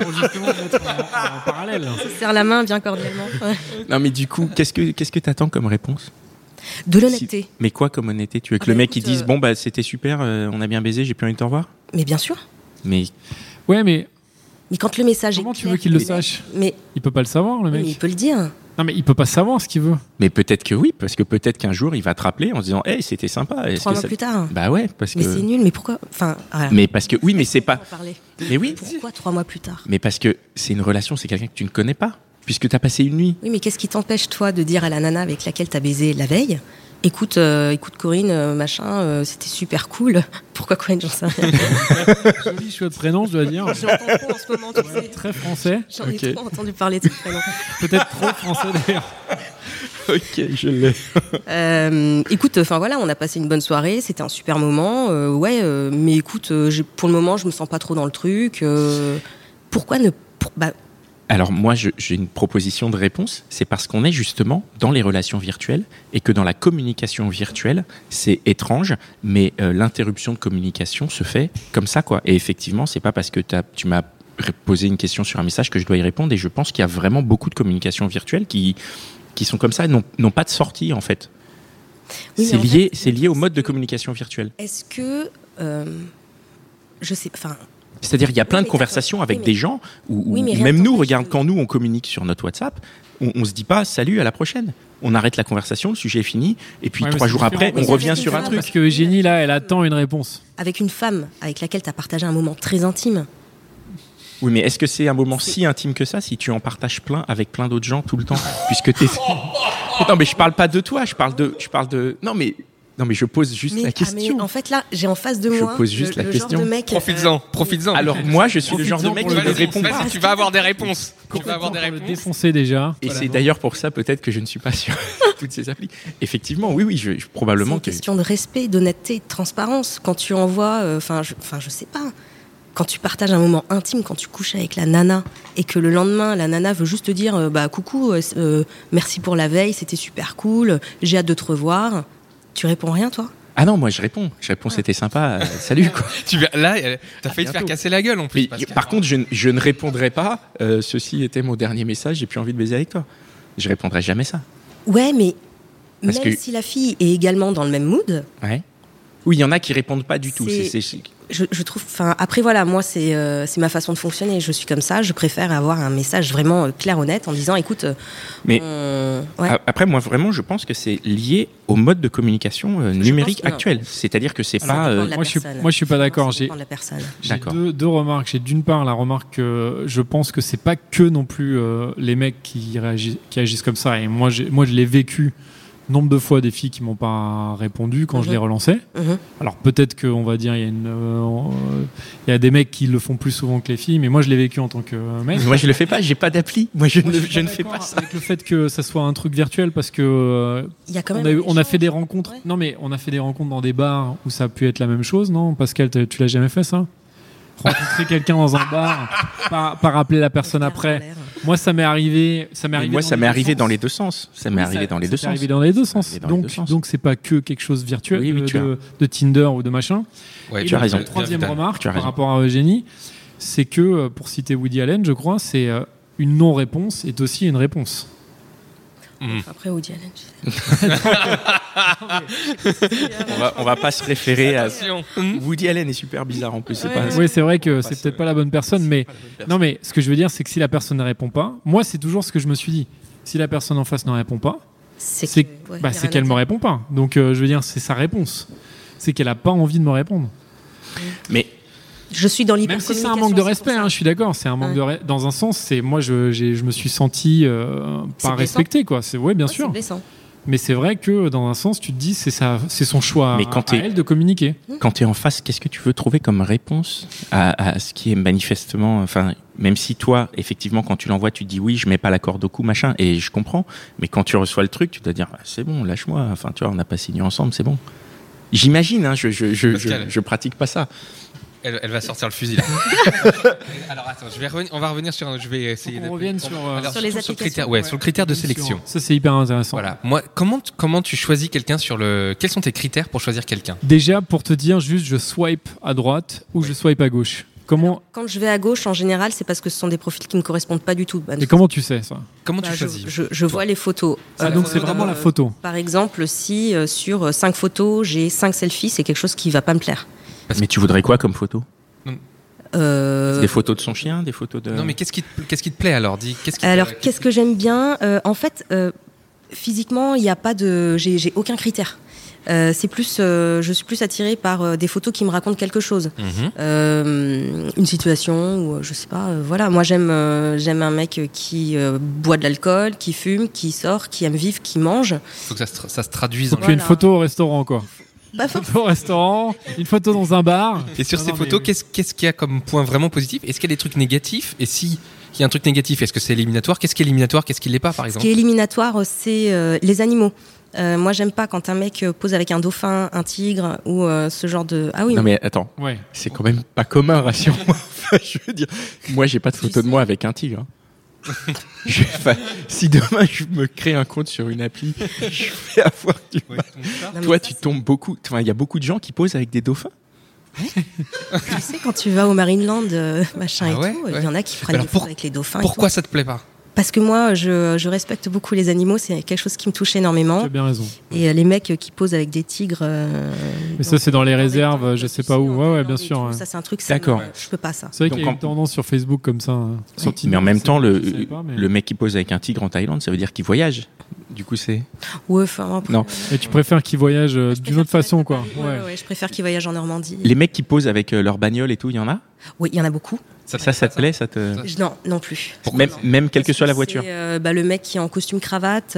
Speaker 2: Pour
Speaker 4: (laughs)
Speaker 2: justement mettre en, en parallèle.
Speaker 4: Serre la main bien
Speaker 2: (laughs)
Speaker 4: cordialement. Ouais.
Speaker 1: Non mais du coup, qu'est-ce que qu'est-ce que t'attends comme réponse
Speaker 4: De l'honnêteté.
Speaker 1: Si- Mais quoi comme honnêteté Tu veux que
Speaker 4: Ah
Speaker 1: le
Speaker 4: bah
Speaker 1: mec il
Speaker 4: écoute,
Speaker 1: dise
Speaker 4: euh,
Speaker 1: bon bah c'était super, euh, on a bien baisé, j'ai plus envie de te revoir
Speaker 4: Mais bien sûr.
Speaker 1: Mais
Speaker 2: Ouais, mais
Speaker 4: Mais quand le message
Speaker 2: comment
Speaker 4: est.
Speaker 2: tu
Speaker 4: clair,
Speaker 2: veux qu'il le
Speaker 4: mais-
Speaker 2: sache
Speaker 4: Mais,
Speaker 2: Il peut pas le savoir, le
Speaker 4: mais
Speaker 2: mec.
Speaker 4: il peut le dire.
Speaker 2: Non, mais il peut pas savoir ce qu'il veut.
Speaker 1: Mais peut-être que oui, parce que peut-être qu'un jour il va te rappeler en se disant, hey, c'était sympa. est-ce
Speaker 4: Trois
Speaker 1: que
Speaker 4: mois
Speaker 1: ça-
Speaker 4: plus tard.
Speaker 1: Bah ouais, parce
Speaker 4: Mais
Speaker 1: que.
Speaker 4: c'est nul, mais pourquoi Enfin, voilà.
Speaker 1: Mais parce que oui, mais c'est
Speaker 4: On
Speaker 1: pas.
Speaker 4: va en parler.
Speaker 1: Mais oui.
Speaker 4: Pourquoi trois mois plus tard
Speaker 1: Mais parce que c'est une relation, c'est quelqu'un que tu ne connais pas, puisque t'as passé une nuit.
Speaker 4: Oui, mais qu'est-ce qui t'empêche, toi, de dire à la nana avec laquelle t'as baisé la veille Écoute, euh, écoute Corinne, euh, machin, euh, c'était super cool. (laughs) Pourquoi Corinne J'en sais rien.
Speaker 2: Joli choix de prénom, je dois dire.
Speaker 4: J'entends trop en ce moment, tu sais.
Speaker 2: Très français.
Speaker 4: J'en ai trop entendu parler de ce prénom.
Speaker 2: Peut-être trop français d'ailleurs.
Speaker 1: Ok, je l'ai.
Speaker 4: Euh, écoute, enfin voilà, on a passé une bonne soirée, c'était un super moment. euh, ouais, euh, mais écoute, euh, j'ai- pour le moment, je me sens pas trop dans le truc. euh, pourquoi ne pour- bah,
Speaker 1: Alors moi, je- j'ai une proposition de réponse. C'est parce qu'on est justement dans les relations virtuelles et que dans la communication virtuelle, c'est étrange, mais euh, l'interruption de communication se fait comme ça, quoi. Et effectivement, c'est pas parce que t'as- tu m'as ré- posé une question sur un message que je dois y répondre. Et je pense qu'il y a vraiment beaucoup de communications virtuelles qui qui sont comme ça, n'ont n'ont pas de sortie en fait.
Speaker 4: Oui, mais
Speaker 1: c'est
Speaker 4: en
Speaker 1: lié,
Speaker 4: fait,
Speaker 1: c'est lié au mode de communication virtuelle.
Speaker 4: Est-ce que euh, je sais, enfin,
Speaker 1: C'est-à-dire, il y a plein
Speaker 4: Oui,
Speaker 1: de
Speaker 4: mais
Speaker 1: conversations
Speaker 4: d'accord.
Speaker 1: avec
Speaker 4: Oui, mais-
Speaker 1: des gens où, où
Speaker 4: Oui, mais
Speaker 1: même
Speaker 4: attends,
Speaker 1: nous,
Speaker 4: je-
Speaker 1: regarde, quand nous on communique sur notre WhatsApp, on, on se dit pas salut à la prochaine. On arrête la conversation, le sujet est fini, et puis
Speaker 2: Ouais, mais
Speaker 1: trois
Speaker 2: c'est
Speaker 1: jours
Speaker 2: différent.
Speaker 1: après,
Speaker 2: Mais
Speaker 1: on
Speaker 4: c'est
Speaker 1: revient
Speaker 4: avec
Speaker 1: sur
Speaker 4: une
Speaker 1: un
Speaker 4: femme.
Speaker 1: truc.
Speaker 2: Parce que Eugénie, là, elle attend une réponse.
Speaker 4: avec une femme avec laquelle t'as partagé un moment très intime,
Speaker 1: Oui, mais est-ce que c'est un moment si intime que ça si tu en partages plein avec plein d'autres gens tout le temps, (laughs) puisque t'es Non, mais je parle pas de toi, je parle de, je parle de. Non, mais non, mais je pose juste
Speaker 4: Mais-
Speaker 1: la
Speaker 4: ah,
Speaker 1: question.
Speaker 4: mais en fait, là, j'ai en face de
Speaker 1: Je
Speaker 4: moi
Speaker 1: pose juste
Speaker 4: le,
Speaker 1: la
Speaker 4: le
Speaker 1: question.
Speaker 4: genre de mec. euh,
Speaker 5: Profites-en, profites-en.
Speaker 1: Alors moi, je suis le genre de mec qui ne
Speaker 5: Vas-y,
Speaker 1: répond
Speaker 5: vas-y,
Speaker 1: pas.
Speaker 5: tu vas avoir
Speaker 1: (laughs)
Speaker 5: des réponses. Tu vas
Speaker 2: Complètement
Speaker 5: avoir des
Speaker 2: pour le
Speaker 5: réponses.
Speaker 2: défoncer déjà.
Speaker 1: Et c'est d'ailleurs pour ça peut-être que je ne suis pas sur (laughs) toutes ces applis. Effectivement, oui, oui, je, je-
Speaker 4: C'est
Speaker 1: probablement
Speaker 4: une
Speaker 1: que.
Speaker 4: question de respect, d'honnêteté, de transparence. Quand tu envoies, euh, enfin, je, enfin, je sais pas. Quand tu partages un moment intime, quand tu couches avec la nana, et que le lendemain, la nana veut juste te dire, euh, bah, coucou, euh, c'est- euh, merci pour la veille, c'était super cool, j'ai hâte de te revoir. Tu réponds rien, toi
Speaker 1: Ah non, moi je réponds. Je réponds,
Speaker 4: Ah.
Speaker 1: c'était sympa. euh, salut
Speaker 4: (laughs)
Speaker 1: quoi.
Speaker 5: Tu vas- là, euh, t'as failli te
Speaker 1: bientôt.
Speaker 5: faire casser la gueule en plus.
Speaker 1: Mais,
Speaker 5: Pascal.
Speaker 1: par contre, je, ne- je ne répondrai pas. euh, ceci était mon dernier message. J'ai plus envie de baiser avec toi. Je répondrai jamais ça.
Speaker 4: Ouais, mais
Speaker 1: Parce
Speaker 4: même
Speaker 1: que-
Speaker 4: si la fille est également dans le même mood,
Speaker 1: Ouais. Oui, il y en a qui répondent pas du tout.
Speaker 4: C'est-
Speaker 1: C'est- c'est-
Speaker 4: je, je trouve. Enfin, après voilà, moi c'est euh, c'est ma façon de fonctionner. Je suis comme ça. Je préfère avoir un message vraiment euh, clair, honnête, en disant, écoute, euh,
Speaker 1: Mais- ah,
Speaker 4: on- ouais.
Speaker 1: A- Après, moi vraiment, je pense que c'est lié au mode de communication euh, numérique
Speaker 4: que non.
Speaker 1: actuel. C'est-à-dire que c'est
Speaker 4: Ça
Speaker 1: pas.
Speaker 4: dépend
Speaker 1: euh,
Speaker 4: de la
Speaker 2: moi, je suis-
Speaker 4: personne.
Speaker 2: moi, je suis pas d'accord.
Speaker 4: Ça
Speaker 2: J'ai-
Speaker 4: dépend de la personne.
Speaker 2: J'ai
Speaker 1: D'accord.
Speaker 2: deux, deux remarques. J'ai d'une part la remarque que je pense que c'est pas que non plus euh, les mecs qui, réagissent, qui agissent comme ça. Et moi, j'ai- moi je l'ai vécu nombre de fois des filles qui m'ont pas répondu quand je
Speaker 4: Mhm.
Speaker 2: les relançais.
Speaker 4: Mhm.
Speaker 2: Alors peut-être qu'on va dire il y, a une, euh, il y a des mecs qui le font plus souvent que les filles, mais moi je l'ai vécu en tant que mec.
Speaker 1: (laughs) Moi, je le fais pas. J'ai pas d'appli. Moi, je,
Speaker 2: Moi,
Speaker 1: ne,
Speaker 2: suis
Speaker 1: je ne fais
Speaker 2: d'accord
Speaker 1: pas ça.
Speaker 2: Avec le fait que ça soit un truc virtuel, parce que euh,
Speaker 4: Il y a quand
Speaker 2: on
Speaker 4: même.
Speaker 2: a, eu-
Speaker 4: un
Speaker 2: on a
Speaker 4: échange.
Speaker 2: fait des rencontres.
Speaker 4: Ouais.
Speaker 2: Non, mais on a fait des rencontres dans des bars où ça a pu être la même chose, non Pascal, t'as- tu l'as jamais fait ça Rencontrer quelqu'un dans un bar,
Speaker 4: (laughs)
Speaker 2: pas, pas rappeler la personne après. Moi, ça m'est arrivé. Ça m'est
Speaker 1: Mais
Speaker 2: arrivé.
Speaker 1: Moi,
Speaker 2: dans
Speaker 1: ça
Speaker 2: les
Speaker 1: m'est
Speaker 2: deux
Speaker 1: arrivé
Speaker 2: sens.
Speaker 1: dans les deux sens. Ça m'est
Speaker 2: Oui,
Speaker 1: arrivé
Speaker 2: ça-
Speaker 1: dans les
Speaker 2: ça
Speaker 1: deux
Speaker 2: t'est
Speaker 1: sens.
Speaker 2: arrivé dans les deux sens.
Speaker 1: arrivé dans les
Speaker 2: donc,
Speaker 1: deux sens.
Speaker 2: donc c'est pas que quelque chose virtuel
Speaker 1: Oui, oui,
Speaker 2: de,
Speaker 1: tu as-
Speaker 2: de- de Tinder ou de machin.
Speaker 5: Ouais, euh,
Speaker 2: Et
Speaker 1: tu as
Speaker 2: la
Speaker 1: raison.
Speaker 2: Troisième
Speaker 5: Bien, putain.
Speaker 2: remarque
Speaker 1: Tu as
Speaker 2: par
Speaker 1: raison.
Speaker 2: rapport à Eugénie, c'est que euh, pour citer Woody Allen, je crois, c'est euh, une non-réponse est aussi une réponse.
Speaker 1: Hmm.
Speaker 4: Après Woody Allen. je sais.
Speaker 1: On va, on va pas se référer à.
Speaker 5: Attention.
Speaker 1: Woody Allen est super bizarre en plus. C'est pas.
Speaker 2: Oui, c'est vrai que c'est peut-être pas la bonne personne, mais non, mais ce que je veux dire, c'est que si la personne ne répond pas, moi, c'est toujours ce que je me suis dit. Si la personne en face ne répond pas, c'est
Speaker 4: ouais,
Speaker 2: bah,
Speaker 4: il y a
Speaker 2: c'est
Speaker 4: rien
Speaker 2: qu'elle
Speaker 4: à
Speaker 2: me
Speaker 4: dire.
Speaker 2: répond pas. Donc, euh, je veux dire, c'est sa réponse. C'est qu'elle a pas envie de me répondre.
Speaker 1: Mais
Speaker 4: Je suis dans l'hyper.
Speaker 2: Même si c'est un manque de respect, hein, je suis d'accord. C'est un manque
Speaker 4: Ouais.
Speaker 2: de re- dans un sens. C'est moi, je, j'ai- je me suis senti euh,
Speaker 4: C'est blessant.
Speaker 2: pas respecté, quoi. C'est ouais, bien sûr. Mais c'est vrai que dans un sens, tu te dis, c'est ça, c'est son choix
Speaker 1: Mais quand
Speaker 2: à
Speaker 1: t'es-
Speaker 2: elle de communiquer.
Speaker 1: Quand tu es en face, qu'est-ce que tu veux trouver comme réponse à, à ce qui est manifestement, enfin, même si toi, effectivement, quand tu l'envoies, tu te dis oui, je mets pas la corde au cou, machin, et je comprends. Mais quand tu reçois le truc, tu dois dire Ah, c'est bon, lâche-moi. Enfin, tu vois, on n'a pas signé ensemble, c'est bon. J'imagine, hein, je, je, je, je,
Speaker 5: Pascal.
Speaker 1: je pratique pas ça.
Speaker 5: Elle, elle va sortir
Speaker 1: (laughs)
Speaker 5: le fusil. là. (laughs) Alors attends, je vais revenir- on va revenir sur. un- Je vais essayer.
Speaker 2: Faut qu'on
Speaker 5: de-
Speaker 2: revienne sur, euh,
Speaker 5: Alors,
Speaker 4: Sur les
Speaker 5: surtout le
Speaker 4: applications.
Speaker 5: critère, ouais, sur le critère de sélection.
Speaker 2: Ça, c'est hyper intéressant.
Speaker 5: Voilà. Moi, comment tu- comment tu choisis quelqu'un sur le Quels sont tes critères pour choisir quelqu'un
Speaker 2: Déjà, pour te dire juste, je swipe à droite ou je swipe à gauche. Comment
Speaker 4: Quand je vais à gauche, en général, c'est parce que ce sont des profils qui me correspondent pas du tout. Bah,
Speaker 2: et comment tu sais ça
Speaker 5: Comment
Speaker 4: bah,
Speaker 5: tu
Speaker 4: je,
Speaker 5: choisis
Speaker 4: je- je vois les photos.
Speaker 2: Ah,
Speaker 4: Euh,
Speaker 2: Donc c'est vraiment la photo.
Speaker 4: Par exemple, si euh, sur 5 photos, j'ai 5 selfies, c'est quelque chose qui va pas me plaire.
Speaker 1: Mais tu voudrais quoi comme photo
Speaker 4: Euh,
Speaker 1: Des photos de son chien, des photos de.
Speaker 5: Non, mais qu'est-ce qui, te- qu'est-ce qui te plaît alors Dis, qu'est-ce qui te-
Speaker 4: Alors, qu'est-ce que j'aime bien Euh, En fait, euh, physiquement, il n'y a pas de, j'ai j'ai aucun critère. Euh, c'est plus, euh, je suis plus attirée par euh, des photos qui me racontent quelque chose,
Speaker 5: Mhm.
Speaker 4: Euh, une situation ou euh, je sais pas. euh, voilà, moi j'aime, euh, j'aime un mec qui euh, boit de l'alcool, qui fume, qui sort, qui aime vivre, qui mange.
Speaker 5: Faut que ça se, tra- ça se traduise.
Speaker 2: Faut
Speaker 5: en-
Speaker 2: que tu aies une
Speaker 4: Voilà.
Speaker 2: photo au restaurant, quoi.
Speaker 4: Bah,
Speaker 2: Une photo au restaurant, une photo dans un bar. Ah,
Speaker 5: Et sur
Speaker 2: Non,
Speaker 5: ces
Speaker 2: non,
Speaker 5: photos,
Speaker 2: mais-
Speaker 5: qu'est-ce qu'est-ce qu'il y a comme point vraiment positif Est-ce qu'il y a des trucs négatifs Et si il y a un truc négatif, est-ce que c'est éliminatoire Qu'est-ce qui est éliminatoire Qu'est-ce qui l'est pas, par
Speaker 4: Ce
Speaker 5: exemple
Speaker 4: qui est éliminatoire, euh, c'est euh, les animaux. Euh, moi, j'aime pas quand un mec euh, pose avec un dauphin, un tigre ou euh, ce genre de. Ah oui,
Speaker 1: Non, mais attends,
Speaker 2: Ouais.
Speaker 1: c'est quand même pas commun, rassure-moi. Enfin, je veux dire, moi, j'ai pas de photo de moi avec un tigre. hein. Je- enfin, si demain je me crée un compte sur une appli, je vais avoir du mal.
Speaker 4: Non, mais
Speaker 1: Toi,
Speaker 4: ça,
Speaker 1: tu tombes beaucoup. Enfin, il y a beaucoup de gens qui posent avec des dauphins.
Speaker 4: Tu sais, quand tu vas au Marineland, euh, (laughs) machin
Speaker 5: Ah ouais,
Speaker 4: et tout, il
Speaker 5: ouais.
Speaker 4: y en a qui prennent
Speaker 5: Alors
Speaker 4: des photos
Speaker 5: pour-
Speaker 4: avec les dauphins. et
Speaker 5: Pourquoi ça te plaît pas
Speaker 4: tout. Parce que moi, je, je respecte beaucoup les animaux, c'est quelque chose qui me touche énormément.
Speaker 2: Tu as bien raison.
Speaker 4: Et euh, les mecs qui posent avec des tigres. euh,
Speaker 2: Mais ça,
Speaker 4: dans-
Speaker 2: c'est dans les
Speaker 4: dans des
Speaker 2: réserves,
Speaker 4: temps-
Speaker 2: je sais pas où.
Speaker 4: en
Speaker 2: Ouais, ouais,
Speaker 4: Thaïlande
Speaker 2: bien
Speaker 4: et
Speaker 2: sûr,
Speaker 4: tout.
Speaker 2: ouais.
Speaker 4: Ça, c'est un truc. ça,
Speaker 1: D'accord.
Speaker 4: non, Je peux pas ça.
Speaker 2: C'est vrai
Speaker 1: Donc,
Speaker 2: qu'il y a
Speaker 1: en-
Speaker 2: une tendance sur Facebook comme ça. hein.
Speaker 1: mais
Speaker 2: Sur Tinder,
Speaker 1: en même
Speaker 2: c'est-
Speaker 1: temps, le,
Speaker 2: je savais pas, mais-
Speaker 1: le mec qui pose avec un tigre en Thaïlande, ça veut dire qu'il voyage. Du coup, c'est.
Speaker 4: Ouais, enfin, après,
Speaker 1: Non.
Speaker 2: Et tu préfères qu'il voyage euh, d'une autre façon, quoi.
Speaker 4: ouais,
Speaker 2: Ouais.
Speaker 4: ouais, ouais, je préfère qu'ils voyagent en Normandie.
Speaker 1: Les mecs qui posent avec euh, leur bagnole et tout, il y en a
Speaker 4: Oui, il y en a beaucoup.
Speaker 1: Ça, ça, te plaît ça te...
Speaker 5: Ça-
Speaker 4: Je- Non, non plus.
Speaker 1: Même, même quelle que
Speaker 4: Parce
Speaker 1: soit la
Speaker 4: c'est,
Speaker 1: voiture.
Speaker 4: euh, bah, le mec qui est en costume cravate,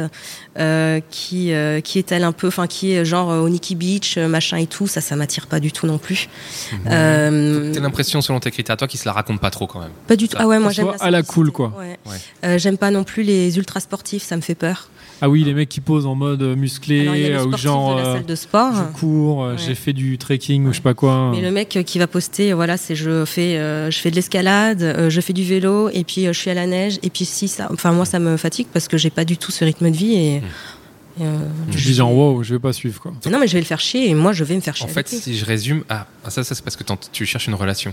Speaker 4: euh, qui euh, qui étale un peu, enfin qui est genre euh, au Nikki Beach, euh, machin et tout, ça, ça m'attire pas du tout non plus.
Speaker 2: Mhm.
Speaker 4: Euh,
Speaker 5: T'as l'impression, selon tes critères, toi, qui se la raconte pas trop quand même.
Speaker 4: pas du tout. Ah ouais, moi
Speaker 2: Qu'on
Speaker 4: j'aime
Speaker 2: soit
Speaker 4: la
Speaker 2: à la
Speaker 4: simplicité.
Speaker 2: cool, quoi.
Speaker 4: Ouais.
Speaker 5: Ouais.
Speaker 4: Euh, j'aime pas non plus les ultra sportifs, ça me fait peur.
Speaker 2: Ah oui, les mecs qui posent en mode euh, musclé,
Speaker 4: Alors, il y a les
Speaker 2: euh, ou
Speaker 4: sportifs
Speaker 2: genre
Speaker 4: de la
Speaker 2: euh,
Speaker 4: salle de sport.
Speaker 2: je cours, hein. euh,
Speaker 4: Ouais.
Speaker 2: j'ai fait du trekking ou je sais pas quoi.
Speaker 4: Mais le mec euh, qui va poster, euh, voilà, c'est je fais, euh, je fais de l'escalade, euh, je fais du vélo, et puis euh, je suis à la neige, et puis si ça, enfin moi ça me fatigue parce que j'ai pas du tout ce rythme de vie et,
Speaker 2: Mm.
Speaker 4: et, euh,
Speaker 2: Je dis genre, wow, je vais pas suivre, quoi.
Speaker 4: non mais je vais le faire chier et moi je vais me faire chier.
Speaker 5: En fait,
Speaker 4: avec lui.
Speaker 5: si je résume, ah, ah, ça, ça c'est parce que t'en- tu cherches une relation.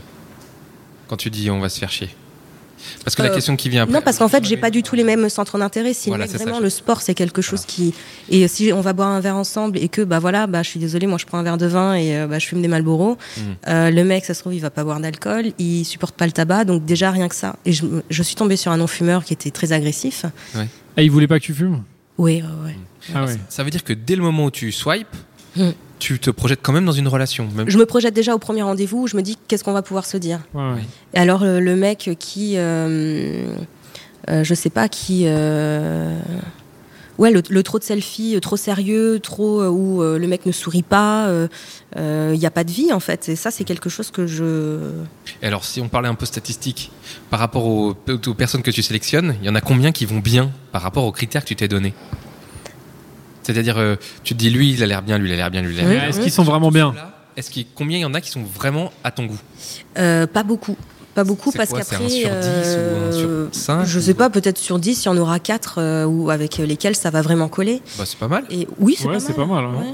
Speaker 5: Quand tu dis on va se faire chier. Parce que la
Speaker 4: Euh,
Speaker 5: question qui vient après.
Speaker 4: Non, parce qu'en fait, j'ai pas du tout les mêmes centres d'intérêt. Si
Speaker 5: Voilà,
Speaker 4: le mec,
Speaker 5: c'est ça,
Speaker 4: vraiment,
Speaker 5: je-
Speaker 4: le sport, c'est quelque chose qui. Et si on va boire un verre ensemble et que, bah voilà, bah je suis désolée, moi je prends un verre de vin et euh, bah, je fume des Malboro.
Speaker 5: Hmm.
Speaker 4: Euh, le mec, ça se trouve, il va pas boire d'alcool, il supporte pas le tabac, donc déjà rien que ça. Et je, je suis tombée sur un non-fumeur qui était très agressif.
Speaker 2: Ah, il voulait pas que tu fumes
Speaker 4: Oui, ouais,
Speaker 5: Hmm.
Speaker 4: ouais.
Speaker 2: Ah ouais.
Speaker 5: Ça veut dire que dès le moment où tu swipes,
Speaker 4: Mm.
Speaker 5: tu te projettes quand même dans une relation. Même...
Speaker 4: Je me projette déjà au premier rendez-vous, je me dis qu'est-ce qu'on va pouvoir se dire.
Speaker 2: Ouais, ouais.
Speaker 4: Et alors le, le mec qui, euh, euh, je sais pas, qui, euh, ouais, le, le trop de selfies, euh, trop sérieux, trop euh, où euh, le mec ne sourit pas, il n'y a pas de vie en fait. Et ça, c'est quelque chose que je.
Speaker 5: Et Alors, si on parlait un peu statistiques, par rapport aux, aux personnes que tu sélectionnes, il y en a combien qui vont bien par rapport aux critères que tu t'es donnés C'est-à-dire, euh, tu te dis lui, il a l'air bien, lui, il a l'air bien, lui, il a l'air
Speaker 4: Oui.
Speaker 2: Mais
Speaker 5: bien.
Speaker 2: Ah, Est-ce qu'ils sont vraiment bien
Speaker 5: Là, Est-ce qu'il combien il y en a qui sont vraiment à ton goût
Speaker 4: Euh, pas beaucoup. Pas beaucoup
Speaker 5: C'est
Speaker 4: parce
Speaker 5: quoi, c'est
Speaker 4: qu'après. euh,
Speaker 5: un sur dix ou un sur cinq
Speaker 4: je
Speaker 5: ou-
Speaker 4: sais pas, peut-être sur 10, il y en aura 4 ou avec lesquels ça va vraiment coller.
Speaker 5: Bah, C'est pas mal.
Speaker 4: Et oui, c'est
Speaker 2: Ouais,
Speaker 4: pas,
Speaker 2: c'est pas mal, hein.
Speaker 4: ouais.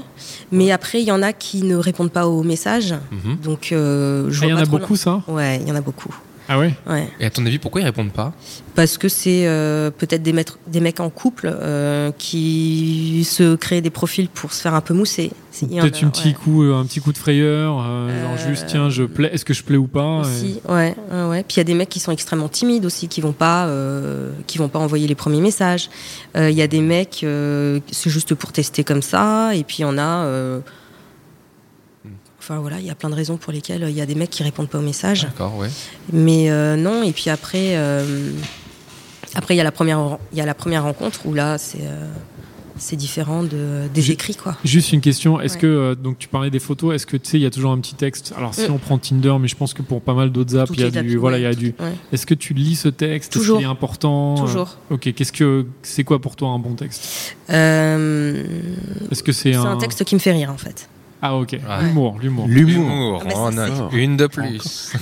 Speaker 4: Mais après, il y en a qui ne répondent pas aux messages.
Speaker 5: Mhm.
Speaker 4: Donc, euh, je
Speaker 2: Ah,
Speaker 4: vois
Speaker 2: il y en
Speaker 4: pas
Speaker 2: a
Speaker 4: trop l'in-
Speaker 2: beaucoup, ça
Speaker 4: Ouais, il y en a beaucoup.
Speaker 2: Ah ouais
Speaker 4: Ouais.
Speaker 5: Et à ton avis, pourquoi ils répondent pas
Speaker 4: Parce que c'est euh, peut-être des, maîtres- des mecs en couple euh, qui se créent des profils pour se faire un peu mousser. Si, il y en
Speaker 2: Peut-être
Speaker 4: a,
Speaker 2: un petit
Speaker 4: ouais.
Speaker 2: coup, euh, un petit coup de frayeur, euh,
Speaker 4: Euh,
Speaker 2: genre juste tiens, je plais, est-ce que je plais ou pas Et-
Speaker 4: Aussi, ouais, ouais, ouais. Puis il y a des mecs qui sont extrêmement timides aussi, qui vont pas, euh, qui vont pas envoyer les premiers messages. Euh, Il y a des mecs, euh, c'est juste pour tester comme ça. Et puis il y en a. euh, Enfin voilà, il y a plein de raisons pour lesquelles euh, il y a des mecs qui répondent pas aux messages.
Speaker 5: D'accord, ouais.
Speaker 4: Mais euh, non, et puis après, euh, après il y a la première, il y a la première rencontre où là c'est euh, c'est différent de, des
Speaker 2: J'ai-
Speaker 4: écrits quoi.
Speaker 2: Juste une question, est-ce
Speaker 4: Ouais.
Speaker 2: que euh, donc tu parlais des photos, est-ce que tu sais il y a toujours un petit texte Alors si
Speaker 4: Mm.
Speaker 2: on prend Tinder, mais je pense que pour pas mal d'autres apps,
Speaker 4: Toutes
Speaker 2: il y a
Speaker 4: les
Speaker 2: du
Speaker 4: apps,
Speaker 2: voilà,
Speaker 4: ouais,
Speaker 2: il y a
Speaker 4: toutes-
Speaker 2: du. Oh
Speaker 4: ouais.
Speaker 2: Est-ce que tu lis ce texte Est-ce
Speaker 4: Toujours.
Speaker 2: qu'il est important Euh,
Speaker 4: Toujours.
Speaker 2: Ok, qu'est-ce que c'est quoi pour toi un bon texte
Speaker 4: Euh,
Speaker 2: Est-ce que c'est
Speaker 4: c'est
Speaker 2: un...
Speaker 4: un texte qui me fait rire en fait.
Speaker 2: Ah ok,
Speaker 5: Ouais.
Speaker 2: l'humour, l'humour.
Speaker 5: L'humour,
Speaker 4: Ah, bah, ça,
Speaker 5: on a
Speaker 1: c'est-
Speaker 5: une de plus.
Speaker 1: Ouais,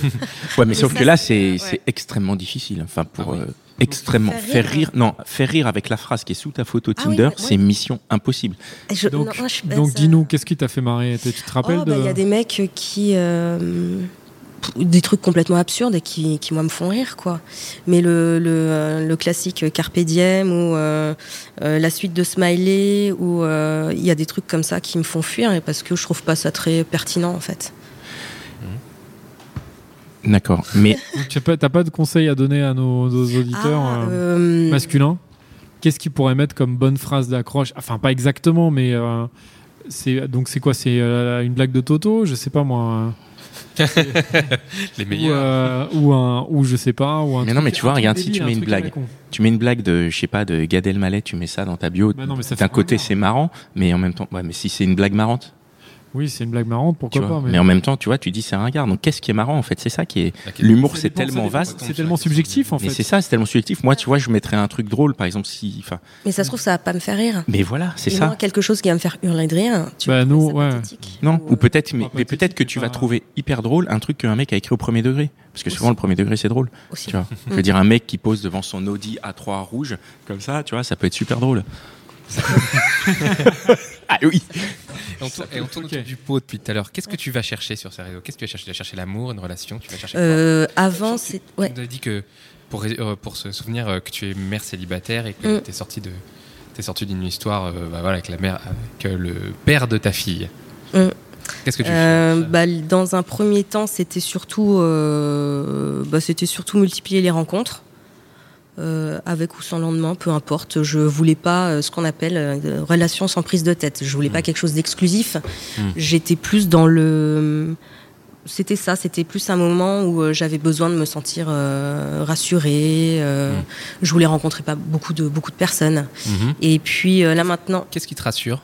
Speaker 1: mais
Speaker 4: Mais
Speaker 1: sauf
Speaker 4: ça,
Speaker 1: que là,
Speaker 4: c'est-
Speaker 1: c'est
Speaker 4: ouais.
Speaker 1: c'est extrêmement difficile. Enfin, pour
Speaker 5: Ah oui.
Speaker 1: euh, extrêmement
Speaker 4: Faire rire,
Speaker 1: faire rire.
Speaker 4: hein.
Speaker 1: Non, faire rire avec la phrase qui est sous ta photo
Speaker 4: Ah oui,
Speaker 1: Tinder,
Speaker 4: ouais.
Speaker 1: c'est mission impossible.
Speaker 4: Et je-
Speaker 2: Donc,
Speaker 4: non, moi, je suis-
Speaker 2: donc
Speaker 4: Bah, ça-
Speaker 2: dis-nous, qu'est-ce qui t'a fait marrer Tu tu te rappelles
Speaker 4: Oh, bah,
Speaker 2: de
Speaker 4: Il y a des mecs qui. euh, pff, des trucs complètement absurdes et qui, qui moi me font rire quoi mais le, le, euh, le classique euh, carpe diem ou euh, euh, la suite de smiley ou euh, il y a des trucs comme ça qui me font fuir et parce que je trouve pas ça très pertinent en fait
Speaker 1: D'accord.
Speaker 4: (laughs)
Speaker 1: Mais
Speaker 2: Donc, Tu n'as pas, t'as pas de conseils à donner à nos, nos auditeurs
Speaker 4: Ah,
Speaker 2: euh,
Speaker 4: euh,
Speaker 2: masculins Qu'est-ce qu'ils pourraient mettre comme bonne phrase d'accroche Enfin, pas exactement, mais euh, c'est donc c'est quoi C'est euh, une blague de Toto Je sais pas moi.
Speaker 5: (laughs)
Speaker 2: euh,
Speaker 5: Les
Speaker 2: Ou,
Speaker 5: meilleurs.
Speaker 2: euh, ou un ou je sais pas. Ou un
Speaker 1: Mais non,
Speaker 2: truc-
Speaker 1: mais tu vois,
Speaker 2: un truc
Speaker 1: regarde, si
Speaker 2: débile,
Speaker 1: tu
Speaker 2: un
Speaker 1: mets une
Speaker 2: truc à la
Speaker 1: blague.
Speaker 2: con.
Speaker 1: tu mets une blague de, je sais pas, de Gad Elmaleh, tu mets ça dans ta bio.
Speaker 2: Bah non, mais ça fait
Speaker 1: D'un côté,
Speaker 2: rien.
Speaker 1: c'est marrant, mais en même temps, ouais, mais si c'est une blague marrante,
Speaker 2: Oui, c'est une blague marrante,
Speaker 1: tu
Speaker 2: pourquoi
Speaker 1: vois.
Speaker 2: pas.
Speaker 1: mais... en même temps, tu vois, tu dis c'est ringard. Donc qu'est-ce qui est marrant en fait C'est ça qui est.
Speaker 5: Bah, quel-
Speaker 1: L'humour,
Speaker 2: Ça
Speaker 1: c'est
Speaker 2: dépend, ça
Speaker 1: tellement
Speaker 2: dépend.
Speaker 1: vaste.
Speaker 2: C'est tellement subjectif en
Speaker 1: Mais c'est
Speaker 2: fait.
Speaker 1: ça, c'est tellement subjectif. Moi, tu vois, je mettrais un truc drôle, par exemple, si. Enfin,
Speaker 4: Mais ça se trouve, ça va pas me faire rire.
Speaker 1: mais voilà, c'est
Speaker 4: Et
Speaker 1: ça.
Speaker 4: moi, quelque chose qui va me faire hurler de rire. Tu
Speaker 2: Bah,
Speaker 4: vas
Speaker 2: nous,
Speaker 4: trouver ça
Speaker 2: ouais.
Speaker 4: pathétique.
Speaker 1: Non, ou peut-être, mais,
Speaker 2: Ah,
Speaker 1: mais peut-être que
Speaker 2: c'est
Speaker 1: tu
Speaker 2: pas-
Speaker 1: vas trouver hyper drôle un truc qu'un mec a écrit au premier degré. Parce que souvent,
Speaker 4: Aussi.
Speaker 1: le premier degré, c'est drôle.
Speaker 4: Aussi.
Speaker 1: Tu vois. Je veux dire, un mec qui pose devant son Audi A3 rouge, comme ça, tu vois, ça peut être super drôle. ah oui!
Speaker 5: Et on tourne, et on tourne
Speaker 2: Ok.
Speaker 5: autour du pot depuis tout à l'heure. Qu'est-ce que tu vas chercher sur ces réseaux Qu'est-ce que tu vas chercher Tu vas chercher l'amour, une relation Tu vas chercher quoi
Speaker 4: Euh, avant,
Speaker 5: Surtout,
Speaker 4: c'est.
Speaker 5: Tu
Speaker 4: Ouais.
Speaker 5: nous as dit que pour, ré- euh, pour se souvenir euh, que tu es mère célibataire et que
Speaker 4: Mm.
Speaker 5: t'es sortie de t'es sortie d'une histoire euh, bah voilà, avec la mère avec euh, le père de ta fille.
Speaker 4: Mm.
Speaker 5: Qu'est-ce que tu
Speaker 4: Euh,
Speaker 5: cherches
Speaker 4: bah, dans un premier temps, c'était surtout, euh, bah, c'était surtout multiplier les rencontres, euh, avec ou sans lendemain, peu importe. Je voulais pas euh, ce qu'on appelle euh, relation sans prise de tête. Je
Speaker 5: Hmm.
Speaker 4: voulais pas quelque chose d'exclusif.
Speaker 5: Mm.
Speaker 4: J'étais plus dans le. C'était ça. C'était plus un moment où euh, j'avais besoin de me sentir euh, rassurée. euh,
Speaker 5: Mm.
Speaker 4: Je voulais rencontrer pas beaucoup de beaucoup de personnes.
Speaker 5: Mhm.
Speaker 4: Et puis euh, là maintenant,
Speaker 5: Qu'est-ce qui te rassure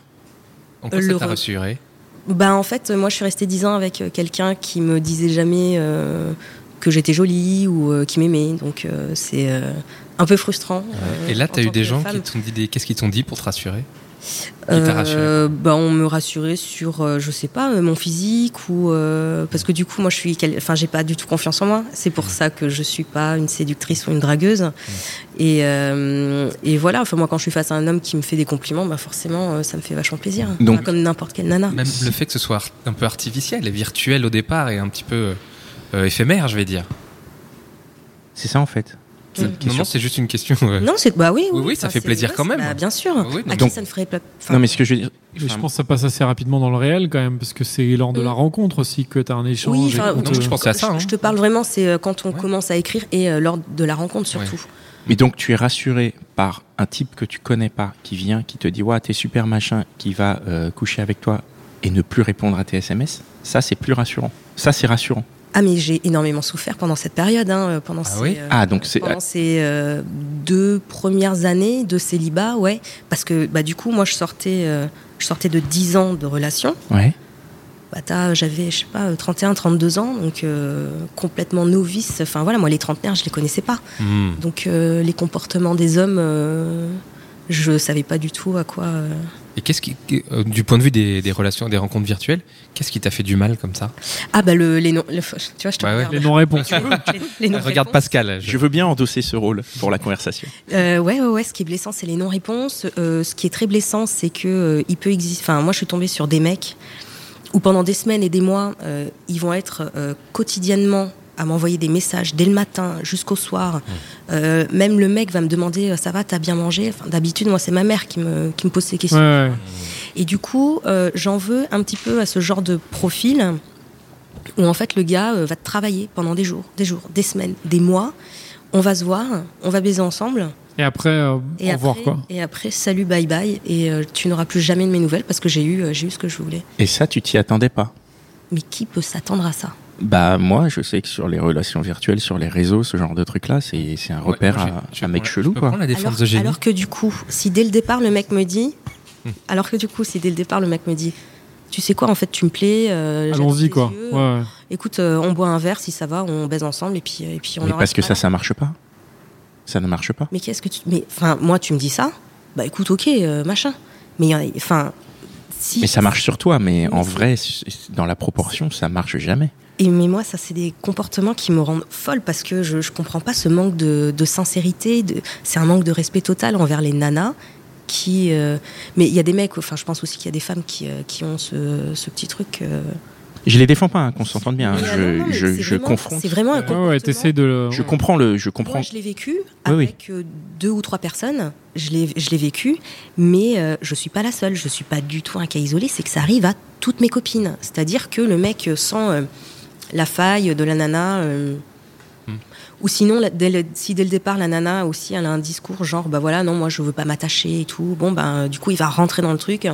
Speaker 5: En quoi
Speaker 4: Euh,
Speaker 5: ça
Speaker 4: le
Speaker 5: t'a
Speaker 4: re-
Speaker 5: rassuré
Speaker 4: bah en fait, moi je suis restée 10 ans avec euh, quelqu'un qui me disait jamais euh, que j'étais jolie ou euh, qui m'aimait. Donc euh, c'est euh, un peu frustrant. euh,
Speaker 5: Et là,
Speaker 4: en
Speaker 5: t'as eu
Speaker 4: tant
Speaker 5: des
Speaker 4: que
Speaker 5: gens qui
Speaker 4: femme.
Speaker 5: t'ont dit des... qu'est-ce qu'ils t'ont dit pour te rassurer qui t'a rassuré
Speaker 4: Euh, bah, on me rassurait sur euh, je sais pas euh, mon physique ou euh, parce que du coup moi je suis quel- enfin j'ai pas du tout confiance en moi c'est pour ça que je suis pas une séductrice ou une dragueuse et, euh, et voilà enfin moi quand je suis face à un homme qui me fait des compliments bah forcément euh, ça me fait vachement plaisir
Speaker 1: Donc-
Speaker 4: Enfin, comme n'importe quelle nana
Speaker 5: Même le fait que ce soit ar- un peu artificiel et virtuel au départ et un petit peu euh, euh, éphémère, je vais dire.
Speaker 1: C'est ça, en fait.
Speaker 4: Mm.
Speaker 5: Non, non, c'est juste une question. euh,
Speaker 4: Non, c'est bah oui,
Speaker 5: Oui, oui, ça
Speaker 4: enfin,
Speaker 5: fait
Speaker 4: c'est-
Speaker 5: plaisir
Speaker 4: ouais,
Speaker 5: quand
Speaker 4: c'est-
Speaker 5: même.
Speaker 4: bah, bien sûr.
Speaker 5: Oui, oui, non,
Speaker 4: à
Speaker 1: donc-
Speaker 4: qui ça ne ferait pas enfin,
Speaker 1: Non, mais ce que je veux dire.
Speaker 2: Mais je pense que ça passe assez rapidement dans le réel quand même, parce que c'est lors de la rencontre aussi que tu as un échange.
Speaker 4: Oui,
Speaker 2: et
Speaker 4: enfin,
Speaker 2: qu'on
Speaker 5: Donc,
Speaker 2: te-
Speaker 5: je pensais à ça. hein.
Speaker 4: je te parle vraiment, c'est euh, quand on
Speaker 5: Ouais.
Speaker 4: commence à écrire et euh, lors de la rencontre surtout.
Speaker 1: Mais donc, tu es rassuré par un type que tu connais pas, qui vient, qui te dit, ouais, t'es super machin, qui va euh, coucher avec toi et ne plus répondre à tes SMS. Ça, c'est plus rassurant. Ça, c'est rassurant.
Speaker 4: Ah mais j'ai énormément souffert pendant cette période, hein, euh, pendant
Speaker 5: Ah
Speaker 4: ces,
Speaker 5: oui
Speaker 4: euh,
Speaker 1: Ah, donc c'est.
Speaker 4: pendant ces, euh, deux premières années de célibat, ouais, parce que bah du coup moi je sortais, euh, je sortais de 10 ans de relation.
Speaker 1: euh, Ouais.
Speaker 4: Bah, t'as- j'avais je sais pas euh, 31, 32 ans, donc euh, complètement novice. Enfin voilà, moi les trentenaires je les connaissais pas.
Speaker 5: Hmm.
Speaker 4: Donc euh, les comportements des hommes, euh, je savais pas du tout à quoi. euh.
Speaker 5: Et qu'est-ce qui, euh, du point de vue des, des relations, des rencontres virtuelles, qu'est-ce qui t'a fait du mal comme ça
Speaker 4: Ah bah le, les noms, le- tu vois, je te
Speaker 5: Ouais, Bah ouais. (laughs)
Speaker 4: regarde.
Speaker 2: Les non-réponses.
Speaker 4: Les- (laughs) les noms
Speaker 5: Regarde Pascal.
Speaker 1: Je veux bien endosser ce rôle pour la conversation.
Speaker 4: Euh, ouais, ouais, ouais. Ce qui est blessant, c'est les non-réponses. Euh, ce qui est très blessant, c'est que euh, il peut exister. Enfin, moi, je suis tombée sur des mecs où pendant des semaines et des mois, euh, ils vont être euh, quotidiennement à m'envoyer des messages dès le matin jusqu'au
Speaker 5: Mmh.
Speaker 4: soir. Euh, même le mec va me demander euh, ça va, t'as bien mangé. Enfin, d'habitude, moi, c'est ma mère qui me qui me pose ces questions.
Speaker 2: Ouais, ouais.
Speaker 4: Et du coup, euh, j'en veux un petit peu à ce genre de profil où en fait le gars euh, va te travailler pendant des jours, des jours, des semaines, des mois. On va se voir, on va baiser ensemble.
Speaker 2: Et après, euh,
Speaker 4: Et
Speaker 2: au
Speaker 4: après,
Speaker 2: revoir quoi.
Speaker 4: et après, salut, bye bye. Et euh, tu n'auras plus jamais de mes nouvelles parce que j'ai eu, euh, j'ai eu ce que je voulais.
Speaker 1: Et ça, tu t'y attendais pas.
Speaker 4: Mais qui peut s'attendre à ça
Speaker 1: Bah moi, je sais que sur les relations virtuelles, sur les réseaux, ce genre de truc-là, c'est c'est un repère
Speaker 5: Ouais, moi,
Speaker 1: à,
Speaker 5: je-
Speaker 1: à
Speaker 5: je
Speaker 1: mec
Speaker 5: prends-
Speaker 1: chelou
Speaker 5: je peux
Speaker 1: quoi.
Speaker 5: prendre la défense
Speaker 4: alors,
Speaker 5: de Jenny
Speaker 4: alors que du coup, si dès le départ le mec me dit,
Speaker 2: Hmm.
Speaker 4: alors que du coup, si dès le départ le mec me dit, tu sais quoi, en fait, tu me plais. euh, j'aime
Speaker 2: Allons-y
Speaker 4: tes
Speaker 2: quoi.
Speaker 4: yeux.
Speaker 2: Ouais, ouais.
Speaker 4: Écoute, euh, on boit un verre si ça va, on baise ensemble et puis euh, et puis on.
Speaker 1: Mais
Speaker 4: en
Speaker 1: parce
Speaker 4: reste
Speaker 1: que
Speaker 4: pas
Speaker 1: ça,
Speaker 4: là.
Speaker 1: ça marche pas. Ça ne marche pas.
Speaker 4: Mais qu'est-ce que tu. Mais enfin, moi, tu me dis ça. Bah écoute, ok, euh, machin. Mais il y en a- enfin. Si,
Speaker 1: Mais ça marche sur toi, mais en
Speaker 4: c'est-
Speaker 1: vrai, c- c- dans la proportion, ça marche jamais.
Speaker 4: Et mais moi, ça, c'est des comportements qui me rendent folle parce que je, je comprends pas ce manque de, de sincérité. De, c'est un manque de respect total envers les nanas qui. euh, mais il y a des mecs, enfin, je pense aussi qu'il y a des femmes qui, euh, qui ont ce, ce petit truc. euh,
Speaker 1: Je les défends pas, hein, qu'on s'entende bien. hein.
Speaker 4: mais, euh, non,
Speaker 1: Je,
Speaker 4: non,
Speaker 1: je,
Speaker 4: mais c'est
Speaker 1: je
Speaker 4: vraiment-
Speaker 1: confronte.
Speaker 4: C'est vraiment un
Speaker 2: Ouais, ouais,
Speaker 4: comportement.
Speaker 2: t'essayes de le.
Speaker 1: Je comprends le, je comprends.
Speaker 4: Moi, je l'ai vécu
Speaker 1: Oui, oui.
Speaker 4: avec euh, deux ou trois personnes. Je l'ai, je l'ai vécu, mais euh, je suis pas la seule. Je suis pas du tout un cas isolé. C'est que ça arrive à toutes mes copines. C'est-à-dire que le mec euh, sent euh, la faille de la nana. euh,
Speaker 5: Hmm.
Speaker 4: Ou sinon, la- dès le- si dès le départ, la nana aussi, elle a un discours genre, bah voilà, non, moi je veux pas m'attacher et tout. Bon, ben, du coup, il va rentrer dans le truc.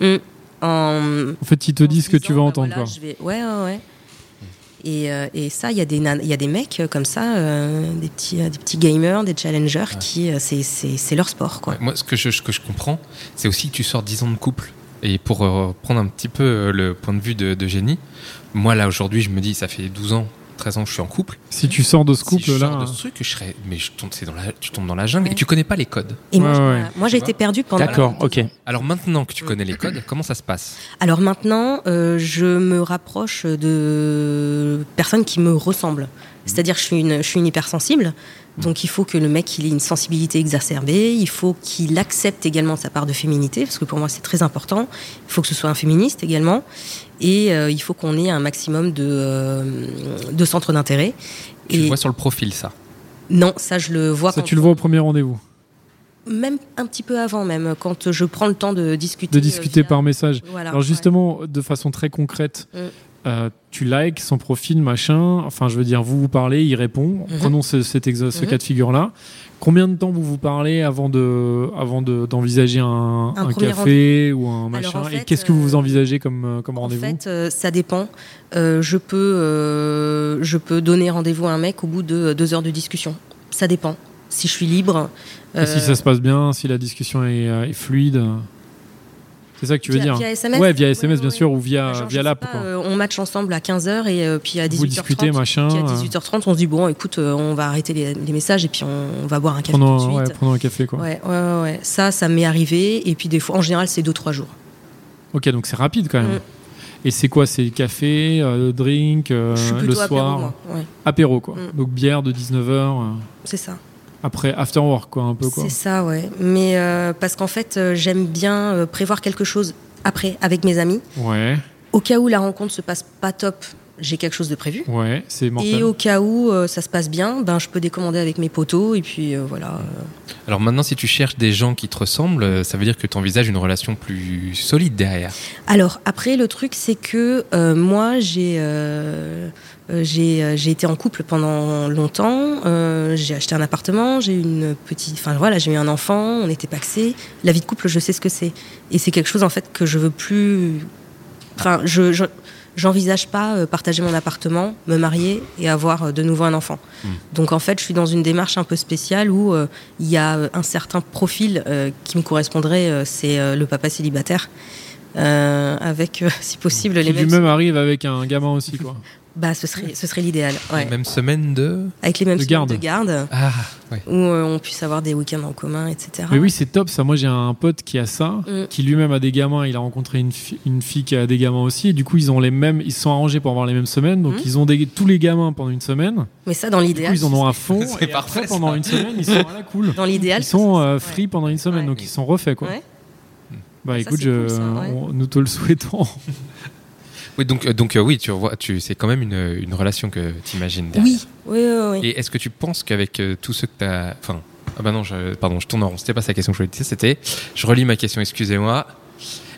Speaker 4: Hmm. En,
Speaker 2: En fait, ils te
Speaker 4: en
Speaker 2: disent ce
Speaker 4: se
Speaker 2: que tu
Speaker 4: disant,
Speaker 2: vas
Speaker 4: bah
Speaker 2: entendre.
Speaker 4: voilà,
Speaker 2: quoi.
Speaker 4: je vais- Ouais, ouais, ouais. Et, euh, et ça, il y, a des nan- il y a des mecs euh, comme ça, euh, des, petits, euh, des petits gamers, des challengers, qui euh, c'est- c'est c'est leur sport. Quoi.
Speaker 5: Ouais, moi, ce que je, ce que je comprends, c'est aussi que tu sors 10 ans de couple. Et pour euh, prendre un petit peu euh, le point de vue de, de Jenny, moi là aujourd'hui, je me dis, ça fait 12 ans, 13 ans que je suis en couple.
Speaker 2: Si tu sors de ce
Speaker 5: si je
Speaker 2: couple-là.
Speaker 5: sors de
Speaker 2: hein.
Speaker 1: euh.
Speaker 5: ce truc, je serais, mais je tombe, c'est dans la, tu tombes dans la jungle et tu connais pas les codes.
Speaker 4: Et moi,
Speaker 2: Ouais,
Speaker 4: je-
Speaker 2: ouais.
Speaker 4: voilà. moi, j'ai été perdue pendant.
Speaker 1: D'accord, ok.
Speaker 5: Alors maintenant que tu connais
Speaker 4: (clears throat)
Speaker 5: les codes, comment ça se passe
Speaker 4: Alors maintenant, euh, je me rapproche de personnes qui me
Speaker 2: Mhm.
Speaker 4: ressemblent. C'est-à-dire, je suis une, je suis une hypersensible. Donc, il faut que le mec il ait une sensibilité exacerbée. Il faut qu'il accepte également sa part de féminité, parce que pour moi, c'est très important. Il faut que ce soit un féministe également. Et euh, il faut qu'on ait un maximum de, euh, de centres d'intérêt.
Speaker 5: Tu
Speaker 4: Et
Speaker 5: vois sur le profil ça.
Speaker 4: non, ça, je le vois
Speaker 2: Ça,
Speaker 4: quand-
Speaker 2: tu le vois au premier rendez-vous.
Speaker 4: même un petit peu avant, même quand je prends le temps de discuter.
Speaker 2: De
Speaker 4: euh,
Speaker 2: discuter
Speaker 4: via-
Speaker 2: par message.
Speaker 4: Voilà,
Speaker 2: Alors
Speaker 4: ouais.
Speaker 2: justement, de façon très concrète,
Speaker 4: Mm.
Speaker 2: euh, tu likes son profil, machin. Enfin, je veux dire, vous vous parlez, il répond.
Speaker 4: Mhm.
Speaker 2: Prenons ce, cet exo- ce
Speaker 4: Mhm.
Speaker 2: cas de figure-là. Combien de temps vous vous parlez avant de, avant de- d'envisager un,
Speaker 4: Un
Speaker 2: un
Speaker 4: premier
Speaker 2: café ou un machin
Speaker 4: en
Speaker 2: Et
Speaker 4: fait,
Speaker 2: qu'est-ce que vous
Speaker 4: euh,
Speaker 2: envisagez comme, euh, comme
Speaker 4: En
Speaker 2: rendez-vous
Speaker 4: fait, euh, ça dépend. Euh, je, peux, euh, je peux donner rendez-vous à un mec au bout de euh, deux heures de discussion. Ça dépend. Si je suis libre.
Speaker 2: Et si
Speaker 4: euh,
Speaker 2: ça se passe bien, si la discussion est, euh, est fluide. euh, C'est ça que tu veux
Speaker 4: via,
Speaker 2: dire
Speaker 4: Via SMS
Speaker 2: Ouais, via
Speaker 4: Ouais,
Speaker 2: SMS,
Speaker 4: ouais,
Speaker 2: bien
Speaker 4: ouais. Bah,
Speaker 2: sûr, ou via,
Speaker 4: Genre, je
Speaker 2: via
Speaker 4: sais
Speaker 2: l'app.
Speaker 4: pas,
Speaker 2: quoi.
Speaker 4: euh, on match ensemble à 15h et euh, puis à 18h30.
Speaker 2: vous discutez, machin.
Speaker 4: puis à
Speaker 2: euh,
Speaker 4: 18h30, on se dit bon, écoute, euh, on va arrêter les, les messages et puis on, on va boire un café
Speaker 2: prenons,
Speaker 4: tout de
Speaker 2: ouais,
Speaker 4: suite.
Speaker 2: prenons un café, quoi.
Speaker 4: Ouais, ouais, ouais, ouais. Ça, ça m'est arrivé. Et puis des fois, en général, c'est 2-3 jours.
Speaker 2: Ok, donc c'est rapide quand même.
Speaker 4: Mm.
Speaker 2: Et c'est quoi C'est café, euh, drink, euh,
Speaker 4: je suis
Speaker 2: le
Speaker 4: plutôt apéro,
Speaker 2: soir
Speaker 4: moi. Ouais,
Speaker 2: Apéro, quoi.
Speaker 4: Mm.
Speaker 2: Donc bière de 19h,
Speaker 4: c'est ça.
Speaker 2: après after work, quoi, un peu, quoi.
Speaker 4: C'est ça, ouais. Mais euh, parce qu'en fait, euh, j'aime bien euh, prévoir quelque chose après avec mes amis.
Speaker 2: Ouais,
Speaker 4: Au cas où la rencontre se passe pas top, j'ai quelque chose de prévu.
Speaker 2: ouais, c'est
Speaker 4: Et
Speaker 2: mortel.
Speaker 4: au cas où euh, ça se passe bien, ben je peux décommander avec mes potos et puis euh, voilà.
Speaker 5: Alors maintenant, si tu cherches des gens qui te ressemblent, euh, ça veut dire que tu envisages une relation plus solide derrière.
Speaker 4: Alors après le truc c'est que euh, moi j'ai euh, euh, j'ai euh, j'ai été en couple pendant longtemps, euh, j'ai acheté un appartement, j'ai eu une petite enfin voilà, j'ai eu un enfant, on était paxés, la vie de couple, je sais ce que c'est et c'est quelque chose en fait que je veux plus enfin je je- j'envisage pas euh, partager mon appartement, me marier et avoir euh, de nouveau un enfant.
Speaker 2: Hmm.
Speaker 4: Donc en fait, je suis dans une démarche un peu spéciale où euh, il y a euh, un certain profil euh, qui me correspondrait, euh, c'est euh, le papa célibataire. Euh, avec, euh, si possible, les
Speaker 2: Qui
Speaker 4: mêmes.
Speaker 2: lui-même arrive avec un gamin aussi, quoi.
Speaker 4: Bah, ce serait, ce serait l'idéal. ouais.
Speaker 5: Même semaine de.
Speaker 4: Avec les mêmes
Speaker 2: De
Speaker 4: semaines
Speaker 2: garde.
Speaker 4: de garde,
Speaker 5: Ah, ouais.
Speaker 4: où euh, on puisse avoir des week-ends en commun, etc.
Speaker 2: Mais oui, c'est top, ça. Moi, j'ai un pote qui a ça,
Speaker 4: Ah Mm.
Speaker 2: qui lui-même a des gamins. Il a rencontré une, fi- une fille qui a des gamins aussi. Et du coup, ils ont les mêmes, ils se sont arrangés pour avoir les mêmes semaines. Donc,
Speaker 4: Mm.
Speaker 2: ils ont des, tous les gamins pendant une semaine.
Speaker 4: Mais ça, dans
Speaker 2: Du coup,
Speaker 4: l'idéal.
Speaker 2: ils en ont à fond.
Speaker 5: (laughs) C'est
Speaker 2: et après,
Speaker 5: parfait, ça.
Speaker 2: pendant une semaine, ils sont à la
Speaker 4: (laughs)
Speaker 2: cool.
Speaker 4: Dans l'idéal.
Speaker 2: Ils sont euh,
Speaker 4: ouais.
Speaker 2: free pendant une semaine,
Speaker 4: Ouais.
Speaker 2: donc ils sont refaits quoi.
Speaker 4: Ouais.
Speaker 2: Bah
Speaker 4: Ça,
Speaker 2: écoute,
Speaker 4: c'est
Speaker 2: je-
Speaker 4: cool, ça, ouais.
Speaker 2: on- nous te
Speaker 4: (laughs)
Speaker 2: le souhaitons.
Speaker 5: Oui, donc, euh, donc euh, oui, tu vois, tu, c'est quand même une, une relation que tu imagines derrière.
Speaker 4: Oui, oui, oui. oui.
Speaker 5: Et est-ce que tu penses qu'avec euh, tout ce que tu as. Enfin, ah bah non, je, pardon, je tourne en rond. C'était pas ça la question que je voulais te dire. C'était. Je relis ma question, excusez-moi.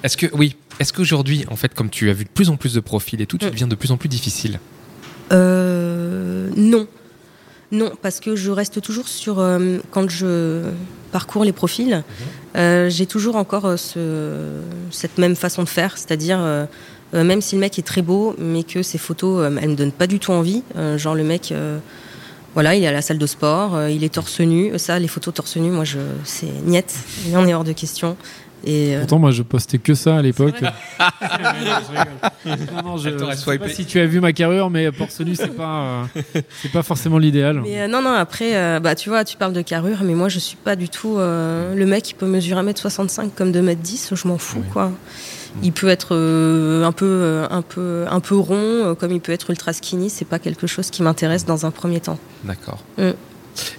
Speaker 5: Est-ce que. Oui. Est-ce qu'aujourd'hui, en fait, comme tu as vu de plus en plus de profils et tout, tu
Speaker 4: Mm.
Speaker 5: deviens de plus en plus difficile
Speaker 4: Euh, non. Non, parce que je reste toujours sur. euh, quand je parcours les profils, euh, j'ai toujours encore euh, ce- cette même façon de faire. C'est-à-dire, euh, euh, même si le mec est très beau, mais que ses photos, euh, elles me donnent pas du tout envie. euh, genre, le mec. euh, voilà, il est à la salle de sport, euh, il est torse nu. Ça, les photos torse nu, moi, je, c'est niette. Il en est hors de question. Et, euh,
Speaker 2: Pourtant, moi, je postais que ça à l'époque. (laughs) non, non, je,
Speaker 5: Elle t'aurait
Speaker 2: je sais pas
Speaker 5: swipé.
Speaker 2: si tu as vu ma carrure, mais porcelu, c'est pas,
Speaker 4: (laughs)
Speaker 2: euh, c'est pas forcément l'idéal.
Speaker 4: Mais euh, non, non, après, euh, bah, tu vois, tu parles de carrure, mais moi, je suis pas du tout. euh, le mec, il peut mesurer 1m65 comme 2m10, je m'en fous,
Speaker 5: Oui.
Speaker 4: quoi. Il peut être euh, un, peu, euh, un, peu, un peu rond, euh, comme il peut être ultra skinny, c'est pas quelque chose qui m'intéresse dans un premier temps.
Speaker 5: D'accord.
Speaker 4: Mm.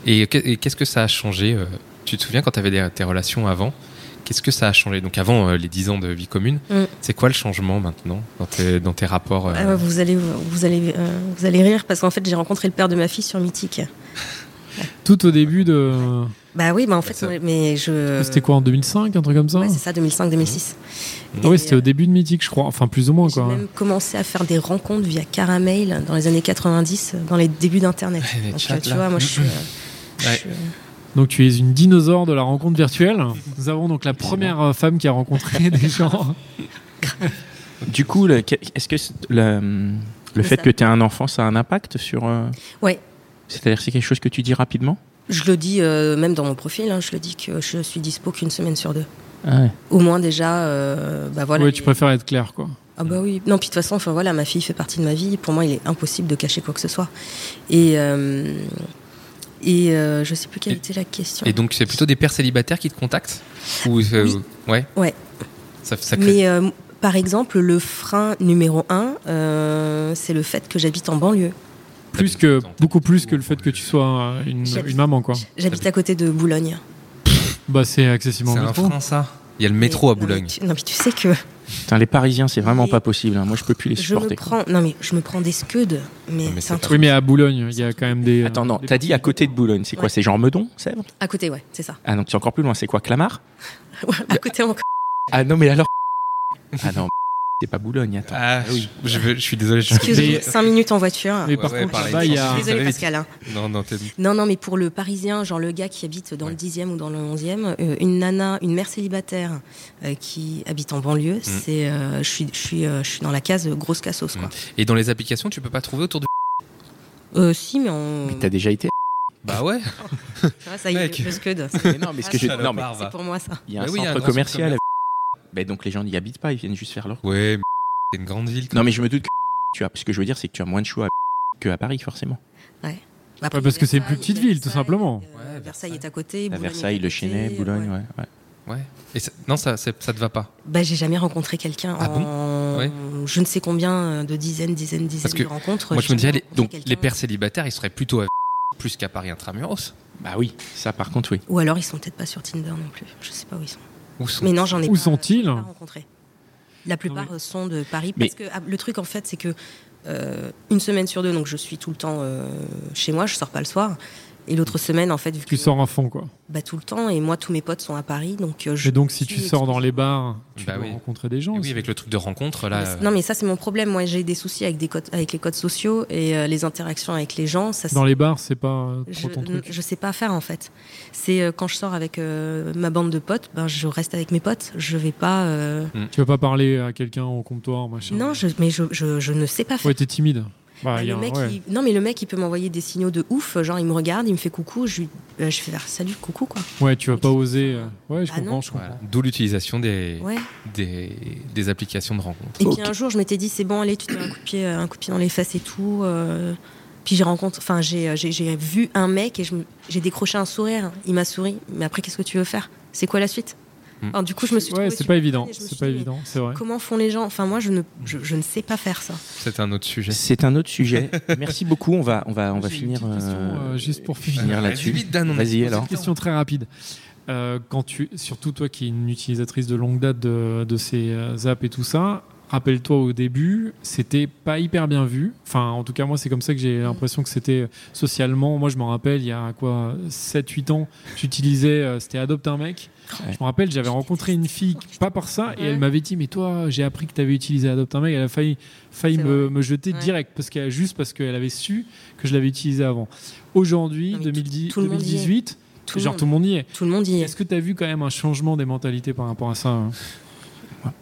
Speaker 5: Et que- et qu'est-ce que ça a changé euh, Tu te souviens quand tu avais tes relations avant Qu'est-ce que ça a changé Donc avant euh, les 10 ans de vie commune,
Speaker 4: Mm.
Speaker 5: c'est quoi le changement maintenant dans tes, dans tes rapports
Speaker 2: Bah
Speaker 5: euh,
Speaker 4: Ah ouais, vous, allez, vous, allez, euh, vous allez rire parce qu'en fait, j'ai rencontré le père de ma fille sur Mythique.
Speaker 2: Tout au début de.
Speaker 4: Bah oui, bah en
Speaker 5: ça.
Speaker 4: fait, mais je.
Speaker 2: C'était quoi en 2005, un truc comme ça
Speaker 4: Ouais, c'est ça, 2005-2006.
Speaker 2: Ah oui, c'était au début de Mythique, je crois. Enfin, plus ou moins,
Speaker 4: J'ai
Speaker 2: quoi. hein.
Speaker 4: même commencé à faire des rencontres via Caramel dans les années 90, dans les débuts d'Internet.
Speaker 5: Ouais, les
Speaker 4: Donc,
Speaker 5: chats,
Speaker 4: tu
Speaker 5: là.
Speaker 4: vois, moi je suis. euh, je
Speaker 5: Ouais.
Speaker 4: suis, euh,
Speaker 2: Donc, tu es une dinosaure de la rencontre virtuelle. Nous avons donc la première euh, femme qui a rencontré (laughs) des gens.
Speaker 1: Du coup, le- que- est-ce que c'est- la- le, fait
Speaker 4: ça.
Speaker 1: que tu aies un enfant, ça a un impact sur. euh,
Speaker 4: Ouais.
Speaker 1: C'est-à-dire, c'est quelque chose que tu dis rapidement
Speaker 4: Je le dis euh, même dans mon profil, hein, je le dis que je suis dispo qu'une semaine sur deux.
Speaker 1: ah ouais.
Speaker 4: Au moins déjà, euh, bah voilà.
Speaker 2: Ouais, tu
Speaker 4: les-
Speaker 2: préfères être clair, quoi.
Speaker 4: Ah bah oui. Non, puis de toute façon, enfin voilà, ma fille fait partie de ma vie. Pour moi, il est impossible de cacher quoi que ce soit. Et euh, et euh, je sais plus quelle
Speaker 5: Et-
Speaker 4: était la question.
Speaker 5: Et donc, c'est plutôt des pères célibataires qui te contactent Ou, euh,
Speaker 4: Oui.
Speaker 5: Ouais.
Speaker 4: Ouais.
Speaker 5: Ça, ça crée-
Speaker 4: Mais euh, par exemple, le frein numéro un, euh, c'est le fait que j'habite en banlieue.
Speaker 5: Ah,
Speaker 2: Plus que, beaucoup plus que le fait que tu sois euh, une,
Speaker 4: J'habite-
Speaker 2: une maman, quoi.
Speaker 4: J'habite à côté de Boulogne.
Speaker 2: Bah, c'est accessible en
Speaker 5: C'est un
Speaker 2: métro.
Speaker 5: frein, ça. Il y a le métro à
Speaker 4: Non, mais euh,
Speaker 5: Boulogne.
Speaker 4: tu- Non mais, tu sais que
Speaker 1: Putain, les Parisiens, c'est vraiment
Speaker 4: Mais-
Speaker 1: pas possible. hein. Moi, je peux plus les
Speaker 4: je me
Speaker 1: supporter.
Speaker 4: prends. Non mais je me prends des scuds. Mais,
Speaker 5: Non, mais
Speaker 4: c'est
Speaker 5: c'est
Speaker 4: un
Speaker 5: pas
Speaker 4: truc.
Speaker 2: Oui, mais à Boulogne, il y a quand même des. euh,
Speaker 1: Attends, non,
Speaker 2: des-
Speaker 1: t'as dit à côté de Boulogne. C'est quoi
Speaker 4: Ouais.
Speaker 1: C'est genre Meudon, Sèvres
Speaker 4: À côté, ouais,
Speaker 5: (laughs)
Speaker 4: c'est ça.
Speaker 1: Ah, donc c'est encore plus loin. C'est quoi Clamart
Speaker 4: Ouais, à côté encore.
Speaker 1: Ah non, mais alors. (laughs) ah non, (laughs) c'est pas Boulogne, attends.
Speaker 5: Ah,
Speaker 1: oui.
Speaker 5: je, je veux- je suis désolé. Je
Speaker 4: Excuse-moi, 5 minutes en voiture.
Speaker 2: Mais par
Speaker 5: Ouais,
Speaker 2: contre,
Speaker 5: ouais,
Speaker 2: là-bas, il y a.
Speaker 5: parler.
Speaker 4: Désolé
Speaker 5: Vous savez,
Speaker 4: Pascal. hein.
Speaker 5: Non, non, t'es-
Speaker 4: Non, non, mais pour le Parisien, genre le gars qui habite dans le 10e ou dans le 11e, euh, une nana, une mère célibataire euh, qui habite en banlieue,
Speaker 5: Mm.
Speaker 4: c'est, euh, je suis, je suis, euh, je suis dans la case euh, grosse cassos quoi.
Speaker 5: Et dans les applications, tu peux pas trouver autour de. Mm.
Speaker 4: Euh, si, mais on.
Speaker 1: Mais t'as déjà été
Speaker 5: (laughs) Bah ouais.
Speaker 4: Ah, ça y est,
Speaker 5: Mec.
Speaker 4: le scud.
Speaker 1: Non, mais ce
Speaker 4: Ah,
Speaker 1: que je- non,
Speaker 5: salopard,
Speaker 1: mais
Speaker 5: va.
Speaker 4: C'est pour moi ça.
Speaker 1: il y a un
Speaker 5: Mais oui, il y a un
Speaker 1: centre
Speaker 5: grand
Speaker 1: commercial.
Speaker 5: centre
Speaker 1: Mais Ben donc les gens n'y habitent pas, ils viennent juste faire leur.
Speaker 5: Ouais, mais c'est une grande ville.
Speaker 1: Non, mais je me doute que (laughs) tu as. Ce que je veux dire, c'est que tu as moins de choix (laughs) à que à Paris, forcément.
Speaker 4: Après,
Speaker 2: Ouais, parce que c'est une
Speaker 4: Versailles,
Speaker 2: plus petite ville, tout
Speaker 4: Versailles, euh,
Speaker 2: simplement.
Speaker 5: Ouais,
Speaker 4: Versailles,
Speaker 5: Versailles.
Speaker 4: est à côté.
Speaker 1: À
Speaker 4: Boulogne est
Speaker 1: Versailles,
Speaker 4: à
Speaker 1: le
Speaker 4: côté,
Speaker 1: Chenet, Boulogne,
Speaker 4: ouais.
Speaker 1: ouais. ouais.
Speaker 5: Ouais. Et ça- non, ça, c'est- ça te va pas.
Speaker 4: Bah, j'ai jamais rencontré quelqu'un
Speaker 5: Ah bon
Speaker 4: en
Speaker 5: Ouais.
Speaker 4: je ne sais combien euh, de dizaines, dizaines, dizaines
Speaker 5: Parce que
Speaker 4: de rencontres. euh,
Speaker 5: Moi,
Speaker 4: J'ai
Speaker 5: je me disais,
Speaker 4: jamais
Speaker 5: les, donc
Speaker 4: rencontré
Speaker 5: les
Speaker 4: quelqu'un.
Speaker 5: pères célibataires, ils seraient plutôt à (laughs) plus qu'à Paris intramuros.
Speaker 1: Bah oui, ça par contre, oui.
Speaker 4: Ou alors ils sont peut-être pas sur Tinder non plus. Je sais pas où ils sont.
Speaker 5: Où sont
Speaker 4: Mais non, j'en ai
Speaker 2: Où
Speaker 4: pas-
Speaker 2: sont-ils
Speaker 4: j'en ai pas rencontré. La plupart
Speaker 2: mais-
Speaker 4: euh, sont de Paris.
Speaker 1: Mais-
Speaker 4: Parce que ah, le truc, en fait, c'est que euh, une semaine sur deux, donc je suis tout le temps euh, chez moi, je sors pas le soir. Et l'autre semaine, en fait, vu que
Speaker 2: Tu sors à fond, quoi.
Speaker 4: bah, tout le temps, et moi, tous mes potes sont à Paris, donc euh, je.
Speaker 2: Et donc, si tu
Speaker 4: suis
Speaker 2: sors dans les
Speaker 4: exclusivement-
Speaker 2: bars, tu
Speaker 5: Bah
Speaker 2: vas
Speaker 5: oui.
Speaker 2: rencontrer des gens.
Speaker 5: Et Oui,
Speaker 2: aussi.
Speaker 5: avec le truc de rencontre là.
Speaker 4: Non, mais ça, c'est mon problème. Moi, j'ai des soucis avec, des codes, avec les codes sociaux et euh, les interactions avec les gens. Ça,
Speaker 2: Dans les bars, c'est pas euh,
Speaker 4: c'est-
Speaker 2: trop ton
Speaker 4: je,
Speaker 2: truc.
Speaker 4: je sais pas faire en fait. C'est euh, quand je sors avec euh, ma bande de potes, ben, je reste avec mes potes. Je vais pas. euh,
Speaker 2: Tu vas pas parler à quelqu'un au comptoir, machin.
Speaker 4: Non, je, mais je, je, je ne sais pas faire.
Speaker 2: Ouais, t'es timide. Bah,
Speaker 4: Bah,
Speaker 2: il y a
Speaker 4: le
Speaker 2: un-
Speaker 4: mec,
Speaker 2: ouais.
Speaker 4: il- Non, mais le mec, il peut m'envoyer des signaux de ouf. Genre, il me regarde, il me fait coucou. Je, lui- euh, je fais ah, salut, coucou, quoi.
Speaker 2: Ouais, tu vas pas oser. euh, Ouais, je
Speaker 4: Ah
Speaker 2: comprends,
Speaker 4: non.
Speaker 2: je comprends.
Speaker 5: Voilà. D'où l'utilisation des,
Speaker 4: Ouais.
Speaker 5: des, des applications de rencontre.
Speaker 4: Et
Speaker 1: Ok.
Speaker 4: puis un jour, je m'étais dit, c'est bon, allez, tu te mets un coup de pied, euh, un coup de pied dans les fesses et tout. euh. Puis j'ai rencontré, enfin, j'ai, euh, j'ai, j'ai vu un mec et je me- j'ai décroché un sourire. Il m'a souri. Mais après, qu'est-ce que tu veux faire C'est quoi la suite
Speaker 5: Hmm.
Speaker 4: Alors, Du coup, je me suis
Speaker 2: Ouais,
Speaker 4: trouvée
Speaker 2: c'est
Speaker 4: sur
Speaker 2: pas
Speaker 4: Internet
Speaker 2: évident.
Speaker 4: et je me suis
Speaker 2: C'est pas
Speaker 4: dit, mais
Speaker 2: évident, c'est vrai.
Speaker 4: Comment font les gens Enfin, moi, je ne, je, je ne sais pas faire ça.
Speaker 5: C'est un autre sujet.
Speaker 1: C'est un autre (laughs) sujet. Merci beaucoup. On va, on va, on va
Speaker 2: J'ai une
Speaker 1: finir.
Speaker 2: petite question,
Speaker 1: euh,
Speaker 2: euh, juste pour
Speaker 1: finir Ah
Speaker 5: Euh,
Speaker 1: là-dessus.
Speaker 5: vite, Dan, on a
Speaker 1: Vas-y
Speaker 5: posé
Speaker 1: alors.
Speaker 5: une
Speaker 2: Question très rapide. Euh, quand tu, surtout toi qui es une utilisatrice de longue date de, de ces euh, apps et tout ça, rappelle-toi au début, c'était pas hyper bien vu. Enfin, en tout cas, moi, c'est comme ça que j'ai l'impression que c'était euh, socialement. Moi, je me rappelle, il y a quoi, 7-8 ans, j'utilisais, euh, c'était Adopte un mec.
Speaker 1: Ouais.
Speaker 2: Je me rappelle, j'avais rencontré une fille, pas par ça, et
Speaker 4: Ouais.
Speaker 2: elle m'avait dit, mais toi, j'ai appris que tu avais utilisé Adopte un mec. Elle a failli, failli
Speaker 4: C'est
Speaker 2: me, me jeter
Speaker 4: Ouais.
Speaker 2: direct, parce qu'elle, juste parce qu'elle avait su que je l'avais utilisé avant. Aujourd'hui,
Speaker 4: Non, mais tout-
Speaker 2: 2010,
Speaker 4: tout le monde y est.
Speaker 2: 2018,
Speaker 4: Tout le
Speaker 2: genre
Speaker 4: monde.
Speaker 2: tout le monde y est.
Speaker 4: Tout le monde y est.
Speaker 2: Est-ce que tu as vu quand même un changement des mentalités par rapport à ça hein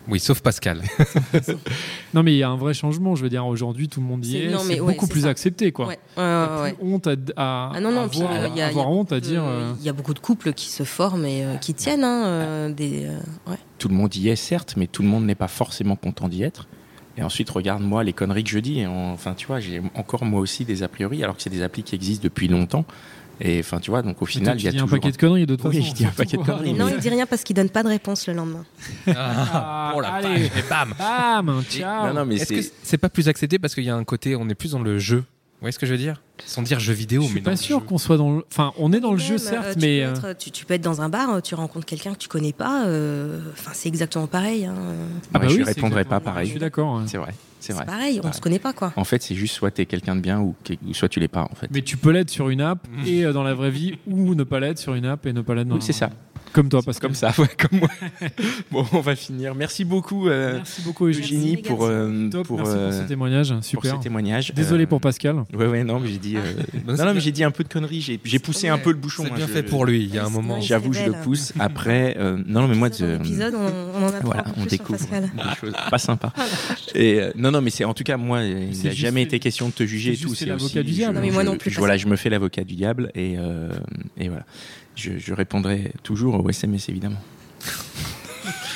Speaker 5: Oui, sauf Pascal.
Speaker 2: Non, mais il y a un vrai changement. Je veux dire, aujourd'hui, tout le monde y
Speaker 4: C'est-
Speaker 2: est.
Speaker 4: non, mais
Speaker 2: C'est
Speaker 4: ouais,
Speaker 2: beaucoup
Speaker 4: c'est
Speaker 2: plus
Speaker 4: ça.
Speaker 2: accepté, quoi.
Speaker 4: Ouais, ouais,
Speaker 2: Il y
Speaker 4: ouais,
Speaker 2: a plus
Speaker 4: ouais.
Speaker 2: honte à, à-
Speaker 4: Ah non, non,
Speaker 2: à
Speaker 4: puis,
Speaker 2: avoir,
Speaker 4: euh, y a-
Speaker 2: avoir
Speaker 4: y a
Speaker 2: honte à
Speaker 4: peu-
Speaker 2: dire. euh,
Speaker 4: Il y a beaucoup de couples qui se forment et euh, qui tiennent. hein, euh, des, euh, ouais.
Speaker 1: Tout le monde y est certes, mais tout le monde n'est pas forcément content d'y être. Et ensuite, regarde-moi les conneries que je dis. Et on- Enfin, tu vois, j'ai encore moi aussi des a priori, alors que c'est des applis qui existent depuis longtemps. Et enfin, tu vois, donc au
Speaker 2: mais toi,
Speaker 1: final, il
Speaker 2: tu
Speaker 1: y a
Speaker 2: dis
Speaker 1: toujours
Speaker 2: un paquet de conneries, de toute
Speaker 1: Oui,
Speaker 2: façon,
Speaker 1: je dis un
Speaker 2: surtout,
Speaker 1: paquet de
Speaker 2: quoi.
Speaker 1: conneries,
Speaker 4: Non,
Speaker 1: mais-
Speaker 4: il dit rien parce qu'il donne pas de réponse le lendemain.
Speaker 5: (laughs) Ah, oh la
Speaker 2: allez.
Speaker 5: vache, et bam
Speaker 2: Bam, ciao.
Speaker 1: Non, non, mais
Speaker 5: Est-ce
Speaker 1: c'est.
Speaker 5: que c'est pas plus accepté parce qu'il y a un côté, on est plus dans le jeu Vous voyez ce que je veux dire Sans dire jeu vidéo,
Speaker 2: Je suis
Speaker 5: mais
Speaker 2: pas
Speaker 5: non,
Speaker 2: sûr
Speaker 5: jeu.
Speaker 2: qu'on soit dans le. Enfin, on est dans le
Speaker 4: Même,
Speaker 2: jeu,
Speaker 4: euh,
Speaker 2: certes,
Speaker 4: tu
Speaker 2: mais.
Speaker 4: peux
Speaker 2: euh,
Speaker 4: être- tu, tu peux être dans un bar, euh, tu rencontres quelqu'un que tu connais pas. euh, Enfin, c'est exactement pareil. hein.
Speaker 1: Ah bah
Speaker 2: bah
Speaker 1: je
Speaker 2: oui,
Speaker 1: lui
Speaker 2: c'est
Speaker 1: répondrais pas
Speaker 2: exactement- Je
Speaker 1: pareil.
Speaker 2: suis d'accord. hein. ouais.
Speaker 1: C'est vrai, c'est
Speaker 4: C'est
Speaker 1: vrai.
Speaker 4: pareil, on
Speaker 1: Ouais.
Speaker 4: se connaît pas, quoi.
Speaker 1: En fait, c'est juste soit t'es quelqu'un de bien ou, que- ou soit tu l'es pas, en fait.
Speaker 2: Mais tu peux l'être sur une app et euh, dans la vraie vie, ou ne pas l'être sur une app et ne pas l'être dans.
Speaker 1: Mm. Oui, c'est ça.
Speaker 2: Comme toi, parce
Speaker 1: Comme ça, (laughs) ouais, comme
Speaker 2: (laughs)
Speaker 1: moi. bon, on va finir. Merci beaucoup, euh,
Speaker 2: Merci beaucoup, Eugénie.
Speaker 1: Eugénie,
Speaker 4: les
Speaker 1: pour,
Speaker 4: garçons.
Speaker 1: euh,
Speaker 2: Top,
Speaker 1: pour,
Speaker 2: merci
Speaker 1: euh,
Speaker 2: pour ce témoignage.
Speaker 1: pour
Speaker 2: Super.
Speaker 1: ce témoignage.
Speaker 2: Désolé
Speaker 1: Euh,
Speaker 2: pour Pascal.
Speaker 1: Ouais, ouais, non, mais j'ai dit. euh, non,
Speaker 5: Bah, c'est
Speaker 1: non, mais
Speaker 5: bien.
Speaker 1: j'ai dit un peu de conneries. J'ai j'ai poussé un peu le bouchon.
Speaker 5: C'est
Speaker 1: hein,
Speaker 5: bien
Speaker 1: je-
Speaker 5: fait pour lui, il y a un
Speaker 4: Ouais,
Speaker 5: moment.
Speaker 4: c'est
Speaker 1: J'avoue,
Speaker 4: Il
Speaker 1: je
Speaker 4: est
Speaker 1: le
Speaker 4: belle. hein.
Speaker 1: pousse. Après, euh, non, non, mais moi,
Speaker 4: Dans
Speaker 1: de,
Speaker 4: l'épisode, on, on en apprend
Speaker 1: voilà,
Speaker 4: un peu
Speaker 1: on
Speaker 4: plus
Speaker 1: découvre
Speaker 4: sur Pascal.
Speaker 1: des choses pas
Speaker 4: (laughs)
Speaker 1: sympas.
Speaker 4: Ah,
Speaker 1: Et euh, non, non, mais c'est en tout cas moi, il
Speaker 2: C'est
Speaker 1: n'a
Speaker 2: juste
Speaker 1: jamais
Speaker 2: fait-
Speaker 1: été question de te juger et
Speaker 2: c'est juste
Speaker 1: tout.
Speaker 2: fait
Speaker 1: C'est
Speaker 2: l'avocat
Speaker 1: aussi-
Speaker 2: du diable. hein.
Speaker 1: je-
Speaker 4: Non, mais moi
Speaker 1: je-
Speaker 4: non plus,
Speaker 1: je-
Speaker 4: pas
Speaker 1: voilà,
Speaker 4: ça.
Speaker 1: je me fais l'avocat du diable et euh, et voilà. Je, je répondrai toujours au SMS évidemment.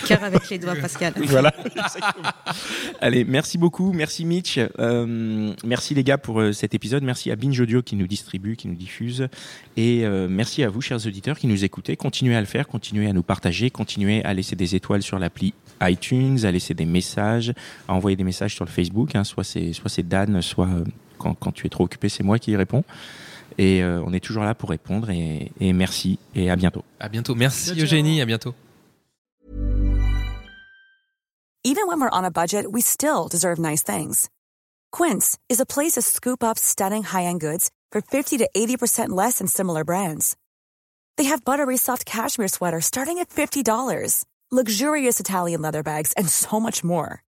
Speaker 4: Cœur avec les doigts, Pascal.
Speaker 1: Voilà. (laughs) Allez, merci beaucoup, merci Mitch, Euh, merci les gars pour euh, cet épisode, merci à Binge Audio qui nous distribue, qui nous diffuse, et euh, merci à vous chers auditeurs qui nous écoutez. Continuez à le faire, continuez à nous partager, continuez à laisser des étoiles sur l'appli iTunes, à laisser des messages, à envoyer des messages sur le Facebook. hein. soit c'est soit c'est Dan, soit euh, quand, quand tu es trop occupé, c'est moi qui y réponds. Et euh, on est toujours là pour répondre. Et, et merci et à bientôt.
Speaker 5: À bientôt. Merci
Speaker 2: Ciao, ciao.
Speaker 5: Eugénie, à bientôt.
Speaker 6: Even when we're on a budget, we still deserve nice things. Quince is a place to scoop up stunning high end goods for 50 to 80% less than similar brands. They have buttery soft cashmere sweaters starting at $50, luxurious Italian leather bags, and so much more.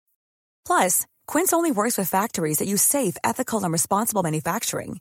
Speaker 6: Plus, Quince only works with factories that use safe, ethical, and responsible manufacturing.